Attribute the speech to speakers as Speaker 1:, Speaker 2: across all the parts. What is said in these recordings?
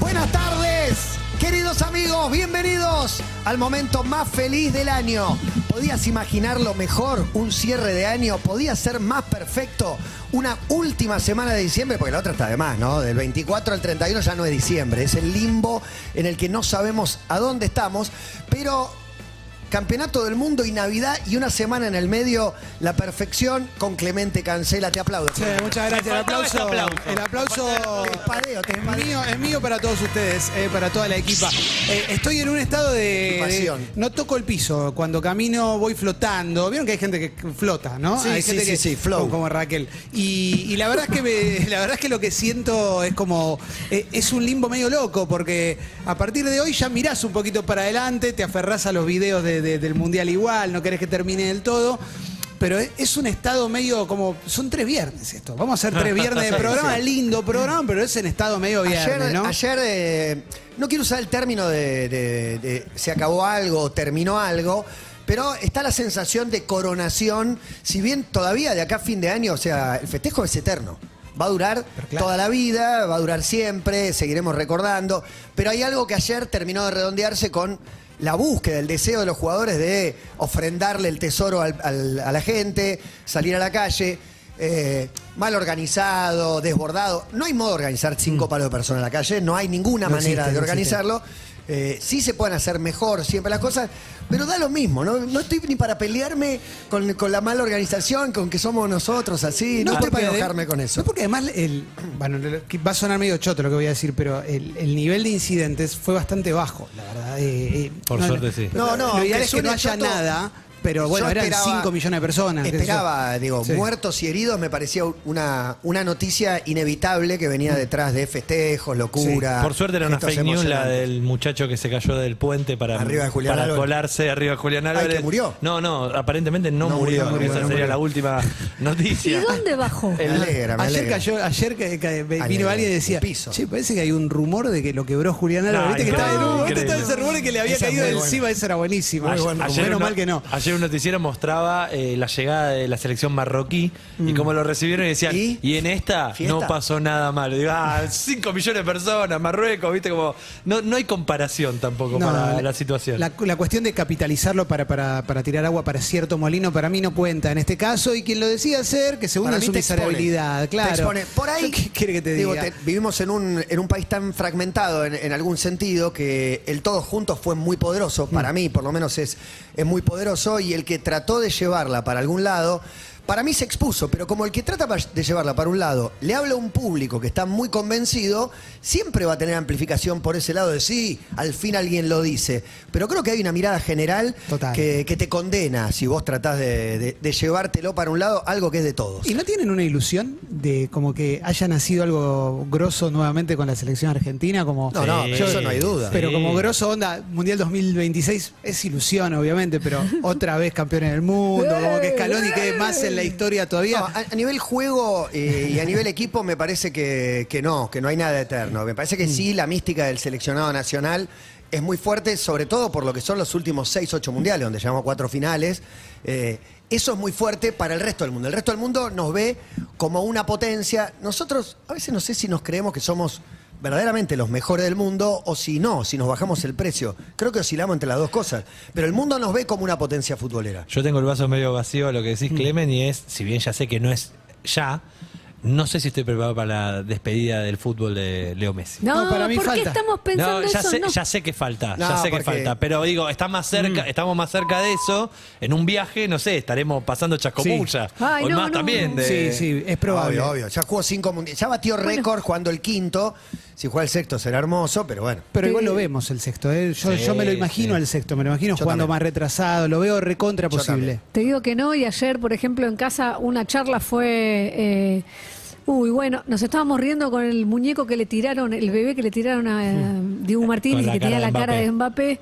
Speaker 1: Buenas tardes, queridos amigos, bienvenidos al momento más feliz del año. ¿Podías imaginarlo mejor? Un cierre de año, ¿podía ser más perfecto? Una última semana de diciembre, porque la otra está de más, ¿no? Del 24 al 31 ya no es diciembre, es el limbo en el que no sabemos a dónde estamos, pero Campeonato del Mundo y Navidad y una semana en el medio, la perfección con Clemente Cancela, te aplaudo.
Speaker 2: Sí, muchas gracias. El
Speaker 3: faltaba
Speaker 2: aplauso,
Speaker 3: ese aplauso.
Speaker 2: el aplauso
Speaker 1: Te espadeo, te espadeo.
Speaker 2: es mío, es mío para todos ustedes, eh, para toda la equipa. Eh, estoy en un estado de, de-
Speaker 1: Pasión.
Speaker 2: No toco el piso. Cuando camino voy flotando. Vieron que hay gente que flota, ¿no?
Speaker 1: Sí,
Speaker 2: hay
Speaker 1: sí,
Speaker 2: gente
Speaker 1: sí,
Speaker 2: que,
Speaker 1: sí, flow.
Speaker 2: Como, como Raquel. Y, y la verdad es que me- la verdad es que lo que siento es como eh, es un limbo medio loco porque a partir de hoy ya mirás un poquito para adelante, te aferrás a los videos de- de- del mundial igual, no querés que termine del todo. Pero es- es un estado medio como. Son tres viernes esto. Vamos a hacer tres viernes de programa, lindo programa, pero es en estado medio viernes,
Speaker 1: Ayer,
Speaker 2: ¿no?
Speaker 1: ayer, eh, no quiero usar el término de, de- de se acabó algo o terminó algo, pero está la sensación de coronación, si bien todavía de acá a fin de año, o sea, el festejo es eterno. Va a durar
Speaker 2: Pero claro.
Speaker 1: toda la vida, va a durar siempre, seguiremos recordando, pero hay algo que ayer terminó de redondearse con la búsqueda, el deseo de los jugadores de ofrendarle el tesoro al- al- a la gente, salir a la calle. eh, mal organizado, desbordado. No hay modo de organizar cinco palos de personas en la calle, no hay ninguna
Speaker 2: Mm. No
Speaker 1: manera
Speaker 2: existe,
Speaker 1: de
Speaker 2: no
Speaker 1: organizarlo. Eh, sí se pueden hacer mejor siempre las cosas, pero da lo mismo. No, No estoy ni para pelearme con, con la mala organización, con que somos nosotros así. No, estoy
Speaker 2: porque
Speaker 1: para
Speaker 2: ade-
Speaker 1: enojarme con eso.
Speaker 2: No, porque además, el, bueno, lo- que va a sonar medio choto lo que voy a decir, pero el, el nivel de incidentes fue bastante bajo, la verdad. eh, eh,
Speaker 3: Por suerte, sí.
Speaker 1: No, no,
Speaker 2: Lo
Speaker 1: aunque
Speaker 2: ideal es que
Speaker 1: suene
Speaker 2: no haya
Speaker 1: choto,
Speaker 2: nada, pero bueno,
Speaker 1: yo
Speaker 2: eran
Speaker 1: esperaba-
Speaker 2: 5 millones de personas. qué sé yo.
Speaker 1: Esperaba, digo,
Speaker 2: Sí.
Speaker 1: muertos y heridos me parecía una, una noticia inevitable que
Speaker 2: Mm.
Speaker 1: venía detrás de festejos, locura.
Speaker 3: Por suerte era una
Speaker 1: gestos
Speaker 3: fake news la
Speaker 1: emocionantes.
Speaker 3: del muchacho que se cayó del puente para,
Speaker 1: Arriba de Julián
Speaker 3: para
Speaker 1: Álvarez.
Speaker 3: colarse arriba de Julián Álvarez.
Speaker 1: que murió.
Speaker 3: No, no, aparentemente no,
Speaker 1: No murió,
Speaker 3: murió,
Speaker 1: no
Speaker 3: porque
Speaker 1: murió,
Speaker 3: esa
Speaker 1: no
Speaker 3: sería
Speaker 1: murió.
Speaker 3: la última
Speaker 4: ¿Y
Speaker 3: noticia.
Speaker 4: dónde bajó?
Speaker 2: Eh,
Speaker 1: Me alegra, me
Speaker 2: Ayer,
Speaker 1: alegra.
Speaker 2: cayó, ayer que, que vino
Speaker 1: Alegra,
Speaker 2: alguien y decía,
Speaker 1: el piso.
Speaker 2: che, parece que hay un rumor de que lo quebró Julián Álvarez.
Speaker 3: No,
Speaker 2: Viste que estaba en un momento
Speaker 3: increíble.
Speaker 2: estaba ese rumor de que le había
Speaker 1: Esa es
Speaker 2: caído
Speaker 1: muy
Speaker 2: del
Speaker 1: buena.
Speaker 2: encima, esa era buenísima. Menos
Speaker 3: una-
Speaker 2: mal que no.
Speaker 3: Ayer un noticiero mostraba eh, la llegada de la selección marroquí y cómo lo recibieron y decían,
Speaker 1: Mm. ¿Y?
Speaker 3: ¿Y? en esta
Speaker 1: ¿Fiesta?
Speaker 3: no pasó nada malo. Digo, ah, 5 millones de personas, Marruecos, viste como... No, no hay comparación tampoco
Speaker 2: No,
Speaker 3: para la, situación.
Speaker 2: La, la cuestión de capitalizarlo para, para- para tirar agua para cierto molino, para mí no cuenta en este caso. Y quien lo decía hacer, que se
Speaker 1: Para
Speaker 2: una
Speaker 1: mí
Speaker 2: su
Speaker 1: te expone.
Speaker 2: miserabilidad, claro.
Speaker 1: Te expone. Por ahí.
Speaker 2: ¿Qué quiere que te
Speaker 1: digo,
Speaker 2: diga?
Speaker 1: te- vivimos en un, en un país tan fragmentado en, en algún sentido que el todos juntos fue muy poderoso.
Speaker 2: Mm.
Speaker 1: Para mí, por lo menos, es, es muy poderoso. Y el que trató de llevarla para algún lado. Para mí se expuso, pero como el que trata pa- de llevarla para un lado le habla a un público que está muy convencido, siempre va a tener amplificación por ese lado de sí, al fin alguien lo dice. Pero creo que hay una mirada general
Speaker 2: Total.
Speaker 1: que, que te condena si vos tratás de, de- de llevártelo para un lado, algo que es de todos.
Speaker 2: ¿Y no tienen una ilusión de como que haya nacido algo grosso nuevamente con la selección argentina? Como,
Speaker 1: No, no,
Speaker 3: Sí,
Speaker 1: yo eso no hay duda.
Speaker 2: Pero
Speaker 3: Sí.
Speaker 2: como grosso onda, Mundial 2026 es ilusión, obviamente, pero otra vez campeón del mundo, como que escalón y quede más en la historia todavía.
Speaker 1: No, a, a nivel juego eh, y a nivel equipo me parece que, que no, que no hay nada eterno. Me parece que sí, la mística del seleccionado nacional es muy fuerte, sobre todo por lo que son los últimos seis, ocho mundiales, donde llevamos cuatro finales. Eh, eso es muy fuerte para el resto del mundo. El resto del mundo nos ve como una potencia. Nosotros a veces no sé si nos creemos que somos verdaderamente los mejores del mundo o si no, si nos bajamos el precio. Creo que oscilamos entre las dos cosas. Pero el mundo nos ve como una potencia futbolera.
Speaker 3: Yo tengo el vaso medio vacío a lo que decís,
Speaker 2: Mm.
Speaker 3: Clemen, y es, si bien ya sé que no es ya, no sé si estoy preparado para la despedida del fútbol de Leo Messi.
Speaker 4: No,
Speaker 2: No, para mí
Speaker 4: ¿por
Speaker 2: falta.
Speaker 4: qué estamos pensando
Speaker 3: ya,
Speaker 4: eso?
Speaker 3: sé,
Speaker 4: No.
Speaker 3: ya sé que falta,
Speaker 1: No,
Speaker 3: ya sé que
Speaker 1: porque-
Speaker 3: falta, pero digo, está más cerca,
Speaker 2: Mm.
Speaker 3: estamos más cerca de eso, en un viaje, no sé, estaremos pasando chascomulla,
Speaker 4: Sí. Ay,
Speaker 3: o
Speaker 4: no,
Speaker 3: más
Speaker 4: no,
Speaker 3: también.
Speaker 4: no.
Speaker 3: de-
Speaker 2: Sí, sí, es probable.
Speaker 1: Obvio, obvio. Ya jugó cinco mundiales. Ya batió récord jugando el quinto. Si juega el sexto será hermoso, pero bueno.
Speaker 2: Pero igual lo vemos el sexto, ¿eh? yo,
Speaker 3: Sí,
Speaker 2: yo me lo imagino
Speaker 3: sí.
Speaker 2: el sexto, me lo imagino
Speaker 1: Yo
Speaker 2: jugando
Speaker 1: también.
Speaker 2: más retrasado, lo veo recontra
Speaker 1: Yo
Speaker 2: posible.
Speaker 4: Te digo que no, y ayer, por ejemplo, en casa una charla fue... eh, uy, bueno, nos estábamos riendo con el muñeco que le tiraron, el bebé que le tiraron a eh, Dibu Martínez,
Speaker 3: la
Speaker 4: que
Speaker 3: cara
Speaker 4: tenía
Speaker 3: de
Speaker 4: la cara
Speaker 3: Mbappé.
Speaker 4: de Mbappé.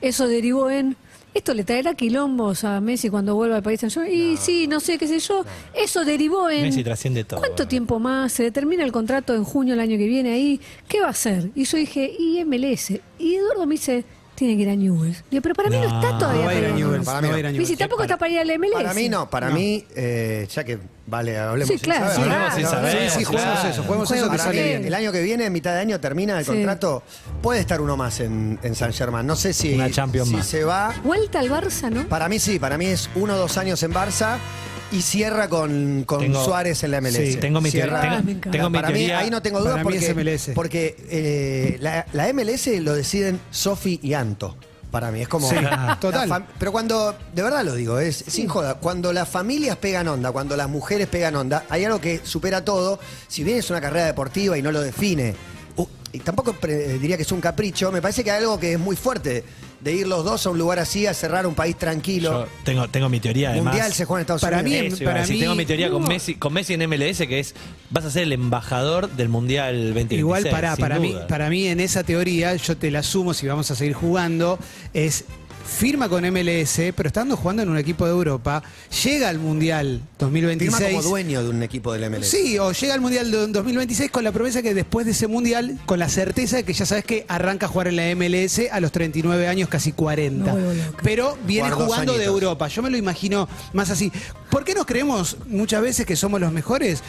Speaker 4: Eso derivó en... Esto le traerá quilombos a Messi cuando vuelva al país. Yo, y sí, no sé, qué sé yo. Eso derivó en...
Speaker 3: Messi trasciende todo.
Speaker 4: ¿Cuánto
Speaker 3: bueno.
Speaker 4: tiempo más? Se determina el contrato en junio el año que viene ahí. ¿Qué va a hacer? Y yo dije, y MLS. Y Eduardo me dice, tiene que ir a Newell's. Digo, pero para mí no
Speaker 3: No,
Speaker 1: Ah,
Speaker 4: está todavía.
Speaker 2: No va a ir a
Speaker 4: para
Speaker 2: Newell's,
Speaker 1: para
Speaker 2: no
Speaker 1: mí
Speaker 2: va
Speaker 1: no.
Speaker 2: a ir a
Speaker 4: Dice,
Speaker 2: Newell's.
Speaker 4: tampoco está para ir al MLS.
Speaker 1: Para mí no, para mí, eh, ya que vale, hablemos
Speaker 4: Sí,
Speaker 1: sin
Speaker 4: claro,
Speaker 1: saber.
Speaker 4: sí, Hablemos claro. sin
Speaker 3: saber,
Speaker 1: Sí, sí, juguemos
Speaker 3: claro.
Speaker 1: eso, juguemos
Speaker 4: Juego
Speaker 1: eso que
Speaker 4: para
Speaker 1: sale
Speaker 4: mí.
Speaker 1: bien. El año que viene, mitad de año, termina el
Speaker 4: Sí.
Speaker 1: contrato. Puede estar uno más en, en San Germán. No sé si,
Speaker 3: Una Champions
Speaker 1: si
Speaker 3: más.
Speaker 1: se va.
Speaker 4: Vuelta al Barça, ¿no?
Speaker 1: Para mí sí, para mí es uno o dos años en Barça y cierra con, con
Speaker 3: Tengo-
Speaker 1: Suárez en la MLS.
Speaker 3: Sí, tengo mi
Speaker 1: Cierra-
Speaker 3: teoría-
Speaker 4: tengo- tengo
Speaker 1: Para
Speaker 3: mi
Speaker 1: mí,
Speaker 3: teoría-
Speaker 1: ahí no tengo dudas
Speaker 2: para mí es
Speaker 1: porque,
Speaker 2: MLS.
Speaker 1: porque eh, la, la MLS lo deciden Sofi y Anto. Para mí es como...
Speaker 2: Sí,
Speaker 1: la
Speaker 2: total.
Speaker 1: fam- Pero cuando, de verdad lo digo, es sin joda, cuando las familias pegan onda, cuando las mujeres pegan onda, hay algo que supera todo. Si bien es una carrera deportiva y no lo define, u- y tampoco pre- eh, diría que es un capricho, me parece que hay algo que es muy fuerte de ir los dos a un lugar así, a cerrar un país tranquilo.
Speaker 3: Yo tengo, tengo mi teoría además.
Speaker 1: Mundial se juega en Estados
Speaker 2: para
Speaker 1: Unidos.
Speaker 2: mí-
Speaker 3: Eso iba a
Speaker 2: para
Speaker 3: decir,
Speaker 2: mí-
Speaker 3: tengo mi teoría
Speaker 4: no.
Speaker 3: con Messi, con Messi en MLS que es vas a ser el embajador del Mundial 2026.
Speaker 2: Igual para,
Speaker 3: sin
Speaker 2: para, mí,
Speaker 3: duda.
Speaker 2: para mí en esa teoría, yo te la sumo si vamos a seguir jugando, es firma con MLS, pero estando jugando en un equipo de Europa, llega al Mundial
Speaker 1: Firma
Speaker 2: 2026.
Speaker 1: como dueño de un equipo del MLS.
Speaker 2: Sí, o llega al Mundial de 2026 con la promesa que después de ese Mundial, con la certeza de que ya sabes que arranca a jugar en la MLS a los 39 años, casi 40.
Speaker 4: Me vuelvo loca.
Speaker 2: Pero viene
Speaker 1: Jugar dos
Speaker 2: jugando de
Speaker 1: añitos.
Speaker 2: Europa. Yo me lo imagino más así. ¿Por qué nos creemos muchas veces que somos los mejores?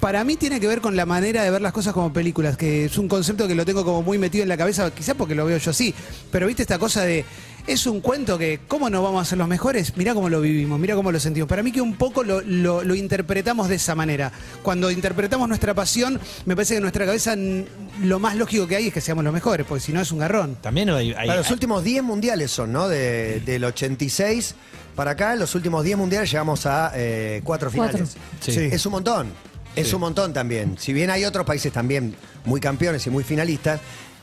Speaker 2: Para mí tiene que ver con la manera de ver las cosas como películas, que es un concepto que lo tengo como muy metido en la cabeza, quizás porque lo veo yo así, pero viste esta cosa de, es un cuento que, ¿cómo no vamos a ser los mejores? Mirá cómo lo vivimos, mirá cómo lo sentimos. Para mí que un poco lo, lo- lo interpretamos de esa manera. Cuando interpretamos nuestra pasión, me parece que en nuestra cabeza n- lo más lógico que hay es que seamos los mejores, porque si no es un garrón.
Speaker 3: También hay, hay-
Speaker 1: Claro, los últimos 10 mundiales son, ¿no? De- del 86 para acá, en los últimos 10 mundiales llegamos a eh, cuatro
Speaker 4: Cuatro.
Speaker 1: finales.
Speaker 3: Sí.
Speaker 1: Sí. Es un montón. Es un montón también. Si bien hay otros países también muy campeones y muy finalistas,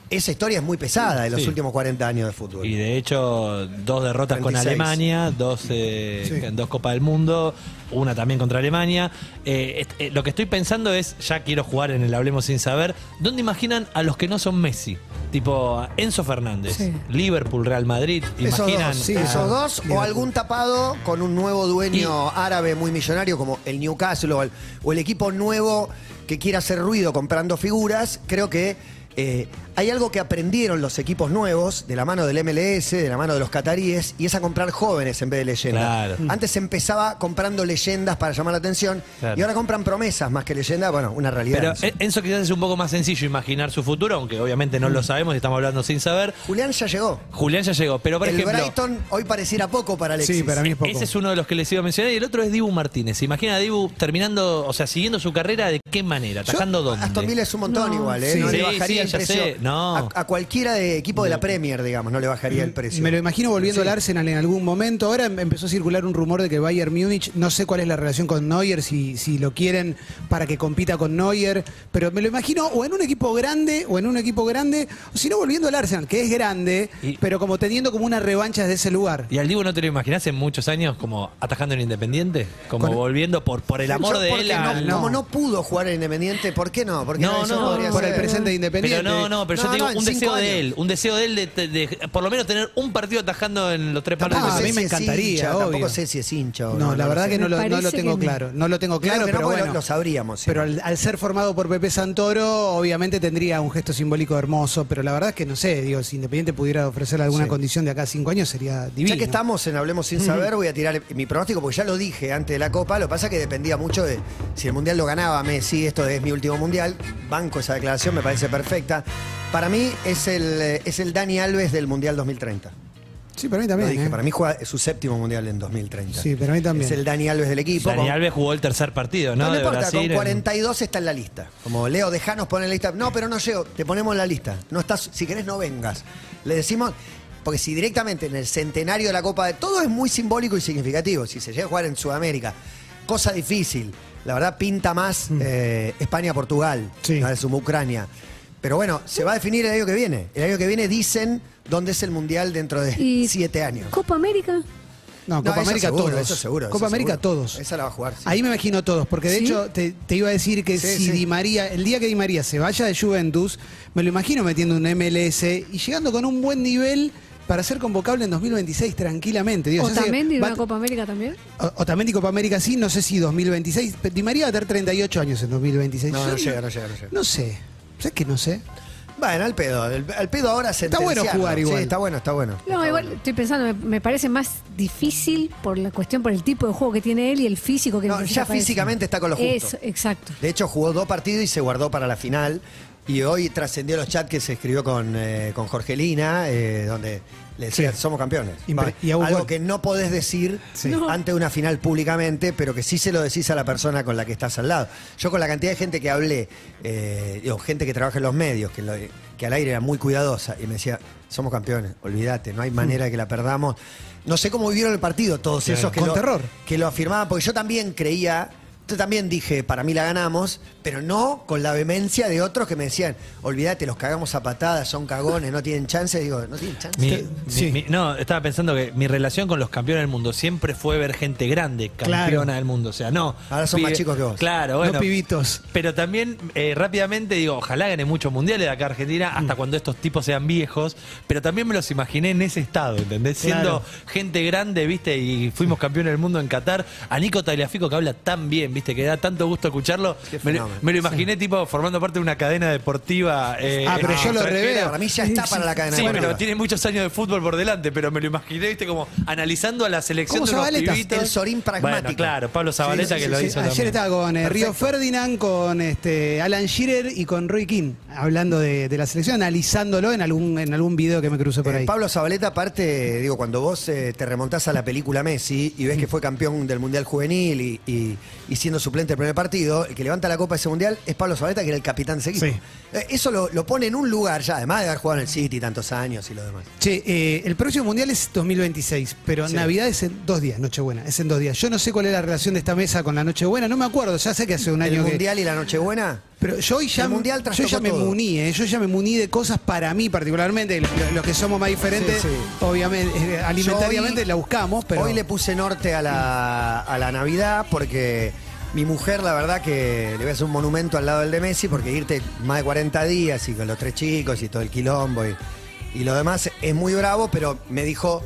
Speaker 1: esa historia es muy pesada de los
Speaker 3: Sí.
Speaker 1: últimos 40 años de fútbol.
Speaker 3: Y de hecho, dos derrotas con
Speaker 1: 36.
Speaker 3: Alemania, dos, eh, dos Copas del Mundo, una también contra Alemania. Eh, est- eh, lo que estoy pensando es, ya quiero jugar en el Hablemos sin saber, ¿dónde imaginan a los que no son Messi? Tipo a Enzo Fernández,
Speaker 4: Sí.
Speaker 3: Liverpool, Real Madrid,
Speaker 1: Esos
Speaker 3: imaginan. ah,
Speaker 1: dos, sí,
Speaker 3: a-
Speaker 1: esos dos o algún tapado con un nuevo dueño árabe muy millonario como el Newcastle o el, o el equipo nuevo que quiera hacer ruido comprando figuras, creo que eh, hay algo que aprendieron los equipos nuevos de la mano del MLS, de la mano de los cataríes, y es a comprar jóvenes en vez de leyendas.
Speaker 3: Claro.
Speaker 2: Mm.
Speaker 1: Antes se empezaba comprando leyendas para llamar la atención
Speaker 3: Claro.
Speaker 1: y ahora compran promesas más que leyendas, bueno, una realidad.
Speaker 3: Pero
Speaker 1: no sé.
Speaker 3: eh, Enzo quizás es un poco más sencillo imaginar su futuro, aunque obviamente no lo
Speaker 1: Mm.
Speaker 3: sabemos y estamos hablando sin saber.
Speaker 1: Julián ya llegó.
Speaker 3: Julián ya llegó, pero por
Speaker 1: el
Speaker 3: ejemplo...
Speaker 1: Brighton hoy pareciera poco para Alexis.
Speaker 2: Sí, para mí es poco.
Speaker 3: Ese es uno de los que les iba a mencionar y el otro es Dibu Martínez. Imagina a Dibu terminando, o sea, siguiendo su carrera de qué manera, atajando
Speaker 1: Yo-
Speaker 3: dónde.
Speaker 1: Aston Villa es un montón
Speaker 4: No.
Speaker 1: igual, ¿eh?
Speaker 2: Sí.
Speaker 1: no le
Speaker 3: Sí,
Speaker 1: bajaría
Speaker 3: sí,
Speaker 1: el
Speaker 3: ya
Speaker 1: precio.
Speaker 3: sé, no.
Speaker 1: A, a cualquiera de equipo de la Premier, digamos, no le bajaría el precio.
Speaker 2: Mm, Me lo imagino volviendo al Arsenal en algún momento. Ahora em- empezó a circular un rumor de que Bayern Múnich, no sé cuál es la relación con Neuer, si, si lo quieren para que compita con Neuer, pero me lo imagino o en un equipo grande, o en un equipo grande, o si no volviendo al Arsenal, que es grande,
Speaker 3: Y-
Speaker 2: pero como teniendo como una revancha de ese lugar.
Speaker 3: ¿Y al Dibu no te lo imaginás en muchos años como atajando en Independiente? Como
Speaker 2: Con-
Speaker 3: volviendo por, por el amor
Speaker 1: Yo,
Speaker 3: de
Speaker 1: porque
Speaker 3: él
Speaker 1: no-
Speaker 3: al-
Speaker 2: no.
Speaker 1: Como no pudo jugar en Independiente, ¿por qué no? Porque
Speaker 3: No,
Speaker 1: eso
Speaker 3: no,
Speaker 1: podría
Speaker 2: por el
Speaker 1: ser.
Speaker 2: presente de Independiente.
Speaker 3: Pero no, no, pero
Speaker 1: No,
Speaker 3: yo te digo
Speaker 1: no, en
Speaker 3: un
Speaker 1: cinco
Speaker 3: deseo
Speaker 1: años.
Speaker 3: de él, un deseo de él de, de- de- por lo menos tener un partido atajando en los tres
Speaker 2: Tampoco Ah,
Speaker 3: partidos.
Speaker 2: a mí
Speaker 1: si
Speaker 2: me
Speaker 1: es
Speaker 2: encantaría,
Speaker 1: hincha, Tampoco
Speaker 2: obvio.
Speaker 1: sé si es hincha o
Speaker 2: No, la verdad
Speaker 1: sé.
Speaker 2: que no lo,
Speaker 4: Me
Speaker 2: no lo
Speaker 4: parece
Speaker 2: tengo
Speaker 4: que no.
Speaker 2: claro. No lo tengo
Speaker 1: Claro
Speaker 2: claro,
Speaker 1: que no,
Speaker 2: pero
Speaker 1: porque lo-
Speaker 2: bueno.
Speaker 1: lo sabríamos, sí.
Speaker 2: Pero al, al ser formado por Pepe Santoro, obviamente tendría un gesto simbólico hermoso, pero la verdad es que no sé, digo, si Independiente pudiera ofrecer alguna
Speaker 1: Sí.
Speaker 2: condición de acá a cinco años sería divino.
Speaker 1: Ya que estamos en Hablemos Sin Saber, voy a tirar mi pronóstico, porque ya lo dije antes de la Copa. Lo que pasa es que dependía mucho de si el Mundial lo ganaba Messi, esto es mi último Mundial. Banco esa declaración, me parece perfecta. Para mí es el, eh, es el Dani Alves del Mundial 2030.
Speaker 2: Sí, para mí
Speaker 1: Lo
Speaker 2: también.
Speaker 1: dije,
Speaker 2: ¿eh?
Speaker 1: para mí juega su séptimo Mundial en 2030.
Speaker 2: Sí, para mí también.
Speaker 1: Es el Dani Alves del equipo.
Speaker 3: Dani
Speaker 1: con-
Speaker 3: Alves jugó el tercer partido,
Speaker 1: no,
Speaker 3: ¿no?
Speaker 1: no
Speaker 3: de
Speaker 1: importa,
Speaker 3: Brasil
Speaker 1: con
Speaker 3: en-
Speaker 1: 42 está en la lista. Como Leo, dejanos poner en la lista. No, pero no llego, te ponemos en la lista. No estás, si querés no vengas. Le decimos, porque si directamente en el centenario de la Copa de todo es muy simbólico y significativo. Si se llega a jugar en Sudamérica, cosa difícil. La verdad pinta más eh, España-Portugal,
Speaker 2: Mm. Sí.
Speaker 1: la de Ucrania. Pero bueno, se va a definir el año que viene. El año que viene dicen dónde es el Mundial dentro de
Speaker 4: Y-
Speaker 1: siete años.
Speaker 4: Copa América.
Speaker 2: No,
Speaker 1: No, eso
Speaker 2: Copa América
Speaker 1: seguro,
Speaker 2: todos.
Speaker 1: eso seguro,
Speaker 2: Copa
Speaker 1: eso
Speaker 2: América
Speaker 1: seguro.
Speaker 2: todos.
Speaker 1: Esa la va a jugar. sí.
Speaker 2: Ahí me imagino todos, porque de
Speaker 4: ¿Sí?
Speaker 2: hecho te, te iba a decir que
Speaker 1: Sí,
Speaker 2: si
Speaker 1: sí.
Speaker 2: Di María, el día que Di María se vaya de Juventus, me lo imagino metiendo un MLS y llegando con un buen nivel para ser convocable en 2026 tranquilamente. Digo,
Speaker 4: O
Speaker 2: ya sé,
Speaker 4: también de
Speaker 2: va-
Speaker 4: una Copa América también.
Speaker 2: O- Otamendi Copa América sí, no sé si 2026. Pe- Di María va a tener 38 años en 2026.
Speaker 1: No,
Speaker 2: Yo
Speaker 1: no llega, no llega, no llega.
Speaker 2: No sé. ¿Sabes que no sé?
Speaker 1: Bueno, al pedo. el- Al pedo ahora se
Speaker 2: bueno jugar igual.
Speaker 1: está bueno, está bueno.
Speaker 4: No, igual estoy pensando, me, me parece más difícil por la cuestión, por el tipo de juego que tiene él y el físico que
Speaker 1: No,
Speaker 4: necesita
Speaker 1: ya
Speaker 4: para eso.
Speaker 1: físicamente está con lo justo.
Speaker 4: Eso, exacto.
Speaker 1: De hecho, jugó dos partidos y se guardó para la final. Y hoy trascendió los chats que se escribió con, eh, con Jorgelina, eh, donde le decía,
Speaker 2: Sí.
Speaker 1: somos campeones.
Speaker 2: Impre-
Speaker 1: Va,
Speaker 2: y a un
Speaker 1: Algo
Speaker 2: gol.
Speaker 1: que no podés decir
Speaker 2: Sí.
Speaker 4: No.
Speaker 1: ante una final públicamente, pero que sí se lo decís a la persona con la que estás al lado. Yo con la cantidad de gente que hablé, eh, digo, gente que trabaja en los medios, que, lo- que al aire era muy cuidadosa, y me decía, somos campeones, olvídate, no hay manera de que la perdamos. No sé cómo vivieron el partido todos
Speaker 3: Claro.
Speaker 1: esos que
Speaker 2: Con
Speaker 1: lo-
Speaker 2: terror.
Speaker 1: que lo afirmaban, porque yo también creía, yo también dije, para mí la ganamos, pero no con la vehemencia de otros que me decían, olvídate, los cagamos a patadas, son cagones, no tienen chance. Digo, no tienen chance.
Speaker 3: Mi-
Speaker 2: Te-
Speaker 3: mi-
Speaker 2: sí.
Speaker 3: mi- no, estaba pensando que mi relación con los campeones del mundo siempre fue ver gente grande, campeona
Speaker 2: Claro.
Speaker 3: del mundo. O sea, no.
Speaker 1: Ahora son más chicos que vos.
Speaker 3: Claro, bueno.
Speaker 2: No pibitos.
Speaker 3: Pero también eh, rápidamente digo, ojalá gane muchos mundiales de acá a
Speaker 2: Mm.
Speaker 3: Argentina hasta cuando estos tipos sean viejos. Pero también me los imaginé en ese estado, ¿entendés?
Speaker 2: Claro.
Speaker 3: Siendo gente grande, ¿viste? Y fuimos campeones del mundo en Qatar. A Nico Tagliafico que habla tan bien, ¿viste? Que da tanto gusto escucharlo.
Speaker 1: Qué
Speaker 3: Me, lo-
Speaker 1: fenómeno.
Speaker 3: me lo imaginé, tipo, formando parte de una cadena deportiva. eh,
Speaker 2: Ah, pero yo lo
Speaker 3: extranjera.
Speaker 2: reveo.
Speaker 1: Para mí ya está para la cadena
Speaker 3: Sí,
Speaker 1: deportiva.
Speaker 3: pero tiene muchos años de fútbol por delante, pero me lo imaginé, viste, como analizando a la selección
Speaker 2: ¿Cómo
Speaker 3: de unos
Speaker 2: Zabaleta?
Speaker 3: pibitos.
Speaker 1: El Sorín pragmático.
Speaker 3: Bueno, claro, Pablo
Speaker 2: Sí,
Speaker 3: Zabaleta que
Speaker 2: sí,
Speaker 3: lo
Speaker 2: sí.
Speaker 3: hizo
Speaker 2: Ayer
Speaker 3: también.
Speaker 2: estaba con eh, Río
Speaker 1: Perfecto.
Speaker 2: Ferdinand, con este, Alan Shearer y con Roy King, hablando de, de la selección, analizándolo en algún, en algún video que me crucé por
Speaker 1: Eh,
Speaker 2: ahí.
Speaker 1: Pablo Zabaleta, aparte, digo, cuando vos eh, te remontás a la película Messi y ves que fue campeón del Mundial Juvenil y, y- y siendo suplente el primer partido, el que levanta la copa de ese Mundial es Pablo Zabaleta, que era el capitán de ese equipo.
Speaker 2: Sí.
Speaker 1: Eh, eso lo, lo pone en un lugar ya, además de haber jugado en el City tantos años y lo demás.
Speaker 2: Che, eh, el próximo mundial es 2026, pero
Speaker 1: Sí.
Speaker 2: Navidad es en dos días, Nochebuena, es en dos días. Yo no sé cuál es la relación de esta mesa con la Nochebuena, no me acuerdo, ya sé que hace un
Speaker 1: El
Speaker 2: año que-
Speaker 1: Mundial y la Nochebuena.
Speaker 2: Pero yo hoy ya,
Speaker 1: El Mundial
Speaker 2: yo
Speaker 1: trastocó
Speaker 2: ya me
Speaker 1: todo.
Speaker 2: muní, eh, yo ya me muní de cosas para mí particularmente, los, los que somos más diferentes,
Speaker 1: Sí, sí.
Speaker 2: obviamente, eh, alimentariamente
Speaker 1: Yo hoy-
Speaker 2: la buscamos, pero...
Speaker 1: Hoy le puse norte a la, a la Navidad porque mi mujer, la verdad, que le voy a hacer un monumento al lado del de Messi porque irte más de 40 días y con los tres chicos y todo el quilombo y, y lo demás es muy bravo, pero me dijo,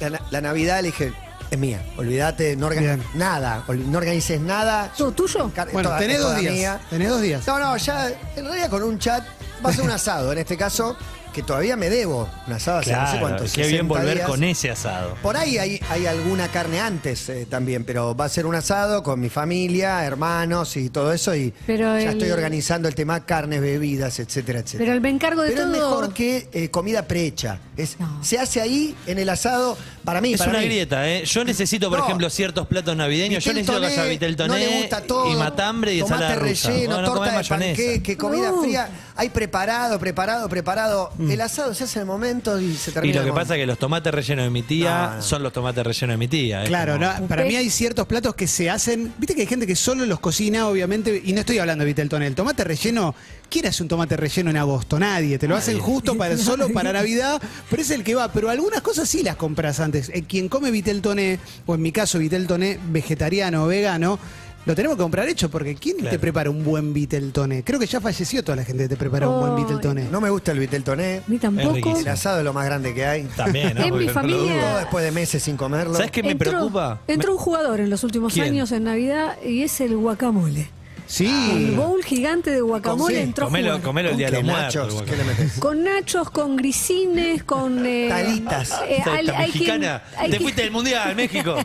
Speaker 1: la, na- la Navidad le dije, es mía, olvídate, no, orga-
Speaker 2: Bien.
Speaker 1: nada, ol- no organices nada.
Speaker 4: ¿Todo tuyo?
Speaker 1: Car-
Speaker 2: bueno,
Speaker 1: toda-
Speaker 2: tenés
Speaker 1: es
Speaker 2: dos
Speaker 1: toda
Speaker 2: días,
Speaker 1: mía.
Speaker 2: tenés dos días.
Speaker 1: No, no, ya en realidad con un chat va a ser un asado, en este caso, que todavía me debo un asado hace no sé
Speaker 3: Claro,
Speaker 1: cuántos
Speaker 3: qué bien
Speaker 1: 60
Speaker 3: volver
Speaker 1: días.
Speaker 3: con ese asado.
Speaker 1: Por ahí hay, hay alguna carne antes eh, también, pero va a ser un asado con mi familia, hermanos y todo eso. Y
Speaker 4: Pero
Speaker 1: ya
Speaker 4: el-
Speaker 1: estoy organizando el tema carnes, bebidas, etcétera,
Speaker 4: Pero
Speaker 1: etcétera.
Speaker 4: el me encargo de
Speaker 1: Pero es
Speaker 4: todo.
Speaker 1: mejor que eh, comida prehecha. Es,
Speaker 4: No.
Speaker 1: Se hace ahí en el asado, para mí.
Speaker 3: Es
Speaker 1: para
Speaker 3: una
Speaker 1: mí.
Speaker 3: grieta, ¿eh? Yo necesito, por
Speaker 1: No.
Speaker 3: ejemplo, ciertos platos navideños. Yo
Speaker 1: Vitel
Speaker 3: necesito que haya
Speaker 1: toné,
Speaker 3: vitel
Speaker 1: no
Speaker 3: toné
Speaker 1: le gusta todo,
Speaker 3: y matambre y
Speaker 1: tomate
Speaker 3: ensalada rusa.
Speaker 1: relleno,
Speaker 3: Bueno, comés
Speaker 1: torta de
Speaker 3: mayonesa.
Speaker 1: panqueque, comida
Speaker 4: No.
Speaker 1: fría. Hay preparado, preparado, preparado. El asado se hace en el momento y se
Speaker 3: Mm. Y
Speaker 1: termina.
Speaker 3: lo que
Speaker 1: con-
Speaker 3: pasa es que los tomates rellenos de mi tía
Speaker 1: No, no.
Speaker 3: son los tomates rellenos de mi tía. es
Speaker 2: Claro,
Speaker 3: como-
Speaker 2: ¿no? para mí hay ciertos platos que se hacen. Viste que hay gente que solo los cocina, obviamente, y no estoy hablando de Vitel Tonel. El tomate relleno, ¿quién hace un tomate relleno en agosto? Nadie. Te lo hacen justo para solo para Navidad, pero es el que va. Pero algunas cosas sí las compras antes. Eh, quien come Vitel Toné, o en mi caso Vitel Toné, vegetariano o vegano, lo tenemos que comprar hecho, porque ¿quién
Speaker 3: Claro.
Speaker 2: te prepara un buen Vitel Toné? Creo que ya falleció toda la gente que te prepara un buen
Speaker 4: Ay.
Speaker 2: Vitel Toné.
Speaker 1: No me gusta el vitel toné.
Speaker 4: Ni tampoco.
Speaker 1: El asado es lo más grande que hay.
Speaker 3: También, ¿no?
Speaker 4: En
Speaker 3: Porque
Speaker 4: mi
Speaker 3: no lo
Speaker 4: familia-
Speaker 3: dudo.
Speaker 1: Todo después de meses sin comerlo.
Speaker 3: ¿Sabes qué me
Speaker 4: Entró-
Speaker 3: preocupa?
Speaker 4: Entró un jugador en los últimos
Speaker 3: ¿Quién?
Speaker 4: años en Navidad y es el guacamole. El
Speaker 2: Sí.
Speaker 4: bowl gigante de guacamole
Speaker 1: Sí,
Speaker 4: entró a
Speaker 3: Mm. Comelo,
Speaker 4: jugar.
Speaker 3: comelo el día de
Speaker 1: ¿Qué
Speaker 3: los muertos.
Speaker 1: nachos? ¿Qué
Speaker 3: el
Speaker 1: le
Speaker 3: guacamole.
Speaker 1: metes?
Speaker 4: Con nachos, con grisines, con... eh,
Speaker 1: Talitas.
Speaker 4: eh,
Speaker 3: Esta
Speaker 4: hay- hay quien-
Speaker 3: mexicana.
Speaker 4: hay
Speaker 3: Te
Speaker 4: quien-
Speaker 3: fuiste del mundial, México.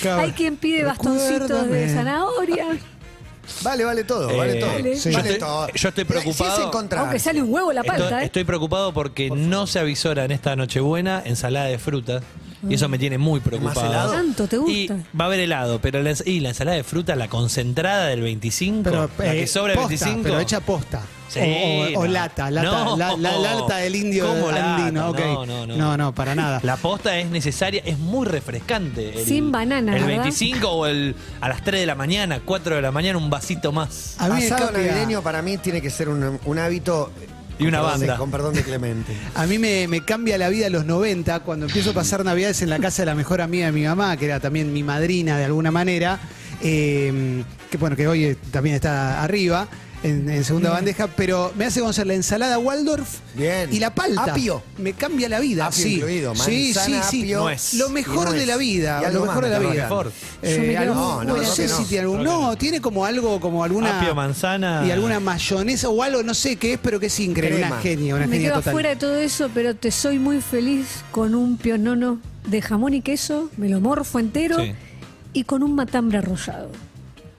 Speaker 2: Claro.
Speaker 4: Hay quien pide bastoncitos de
Speaker 2: Recuérdame.
Speaker 4: zanahoria.
Speaker 1: Vale, vale todo, vale
Speaker 3: Eh,
Speaker 1: todo.
Speaker 4: sí.
Speaker 1: Vale
Speaker 3: Yo estoy-
Speaker 1: todo.
Speaker 3: yo estoy
Speaker 1: Mira,
Speaker 3: preocupado.
Speaker 1: Si es encontrar.
Speaker 4: Aunque sale un huevo la
Speaker 3: Estoy,
Speaker 4: palta, ¿eh?
Speaker 3: estoy preocupado porque no se avisora en esta Nochebuena ensalada de frutas. Y eso me tiene muy preocupado.
Speaker 1: helado?
Speaker 4: Ah. Tanto, ¿te gusta?
Speaker 3: Y va a haber helado, pero la, ens- y la ensalada de fruta, la concentrada del 25, la
Speaker 2: eh,
Speaker 3: que sobra el
Speaker 2: posta,
Speaker 3: 25.
Speaker 2: Pero hecha posta.
Speaker 3: Sí,
Speaker 2: o, o- o
Speaker 3: no.
Speaker 2: lata, lata,
Speaker 3: No.
Speaker 2: la, la- la lata del indio
Speaker 3: ¿Cómo lata?
Speaker 2: andino, ok.
Speaker 3: No, no, no.
Speaker 2: para nada.
Speaker 3: La posta es necesaria, es muy refrescante. El-
Speaker 4: Sin banana,
Speaker 3: El
Speaker 4: ¿verdad?
Speaker 3: 25 o el, a las 3 de la mañana, 4 de la mañana, un vasito más.
Speaker 1: Ah,
Speaker 2: A mí me
Speaker 1: Asado
Speaker 2: cambia-
Speaker 1: navideño para mí tiene que ser un, un hábito.
Speaker 3: Y una
Speaker 1: con perdón de-
Speaker 3: banda.
Speaker 1: con perdón de Clemente.
Speaker 2: A mí me, me cambia la vida a los 90, cuando empiezo a pasar navidades en la casa de la mejor amiga de mi mamá, que era también mi em, madrina de alguna manera, eh, que bueno, que hoy eh, también está arriba. en, en segunda bandeja, pero me hace conocer la ensalada Waldorf
Speaker 1: Bien.
Speaker 2: y la palta.
Speaker 1: Apio.
Speaker 2: Me cambia la vida.
Speaker 1: Apio
Speaker 2: sí.
Speaker 1: incluido,
Speaker 2: sí, sí,
Speaker 1: manzana,
Speaker 2: sí.
Speaker 1: apio,
Speaker 3: Nuez.
Speaker 2: Lo mejor
Speaker 1: y nuez.
Speaker 2: de la vida.
Speaker 1: Y algo
Speaker 2: Lo
Speaker 1: más,
Speaker 2: mejor de la
Speaker 1: me
Speaker 2: vida.
Speaker 1: estaba
Speaker 3: olvidando.
Speaker 2: Eh,
Speaker 4: Yo me quedo-
Speaker 2: algo-
Speaker 1: No, no,
Speaker 2: no
Speaker 1: creo
Speaker 2: sé
Speaker 1: que no.
Speaker 2: si tiene algún.
Speaker 3: Creo que
Speaker 2: No, tiene como algo, como alguna.
Speaker 3: Apio, manzana.
Speaker 2: Y alguna mayonesa o algo, no sé qué es, pero que es increíble.
Speaker 1: Crema.
Speaker 2: Una genia, una
Speaker 1: este
Speaker 4: Me
Speaker 2: genia
Speaker 4: quedo
Speaker 2: total.
Speaker 4: afuera de todo eso, pero te soy muy feliz con un pionono de jamón y queso, me lo morfo entero,
Speaker 3: Sí.
Speaker 4: y con un matambre arrollado.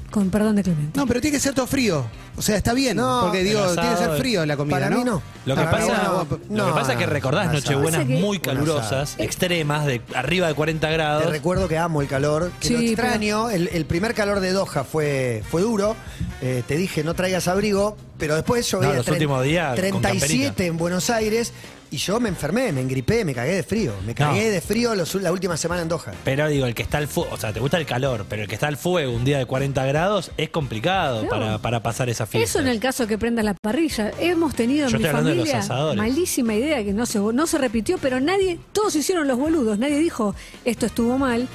Speaker 4: Con perdón de Clemente.
Speaker 2: No, pero tiene que ser todo frío. O sea, está bien.
Speaker 1: No,
Speaker 2: porque digo,
Speaker 3: el asado,
Speaker 2: tiene que ser frío la comida.
Speaker 1: Para
Speaker 2: ¿no?
Speaker 1: mí no.
Speaker 3: Lo que,
Speaker 1: Para mí
Speaker 3: pasa,
Speaker 1: no.
Speaker 3: lo que
Speaker 1: No,
Speaker 3: pasa es que
Speaker 1: no,
Speaker 3: recordás
Speaker 1: no, no,
Speaker 3: nochebuenas
Speaker 4: Pasa que-
Speaker 3: muy
Speaker 1: Una
Speaker 3: calurosas,
Speaker 1: asada.
Speaker 3: extremas, de arriba de 40
Speaker 1: Te
Speaker 3: grados.
Speaker 1: recuerdo que amo el calor, que lo
Speaker 4: Sí,
Speaker 1: extraño. El, el primer calor de Doha fue, fue duro. Eh, te dije, no traigas abrigo, pero después yo
Speaker 3: No,
Speaker 1: veía
Speaker 3: los
Speaker 1: tren-
Speaker 3: últimos días con
Speaker 1: 37
Speaker 3: camperita.
Speaker 1: en Buenos Aires y yo me enfermé, me engripé, me cagué de frío. Me cagué
Speaker 3: No.
Speaker 1: de frío los- la última semana en Doha.
Speaker 3: Pero digo, el que está al fuego, o sea, te gusta el calor, pero el que está al fuego un día de 40 grados es complicado
Speaker 4: No.
Speaker 3: para, para pasar esa fiesta.
Speaker 4: Eso en el caso que prendas la parrilla. Hemos tenido
Speaker 3: Yo
Speaker 4: en mi
Speaker 3: estoy hablando de los
Speaker 4: familia
Speaker 3: asadores.
Speaker 4: malísima idea que no se, no se repitió, pero nadie, todos hicieron los boludos, nadie dijo esto estuvo mal.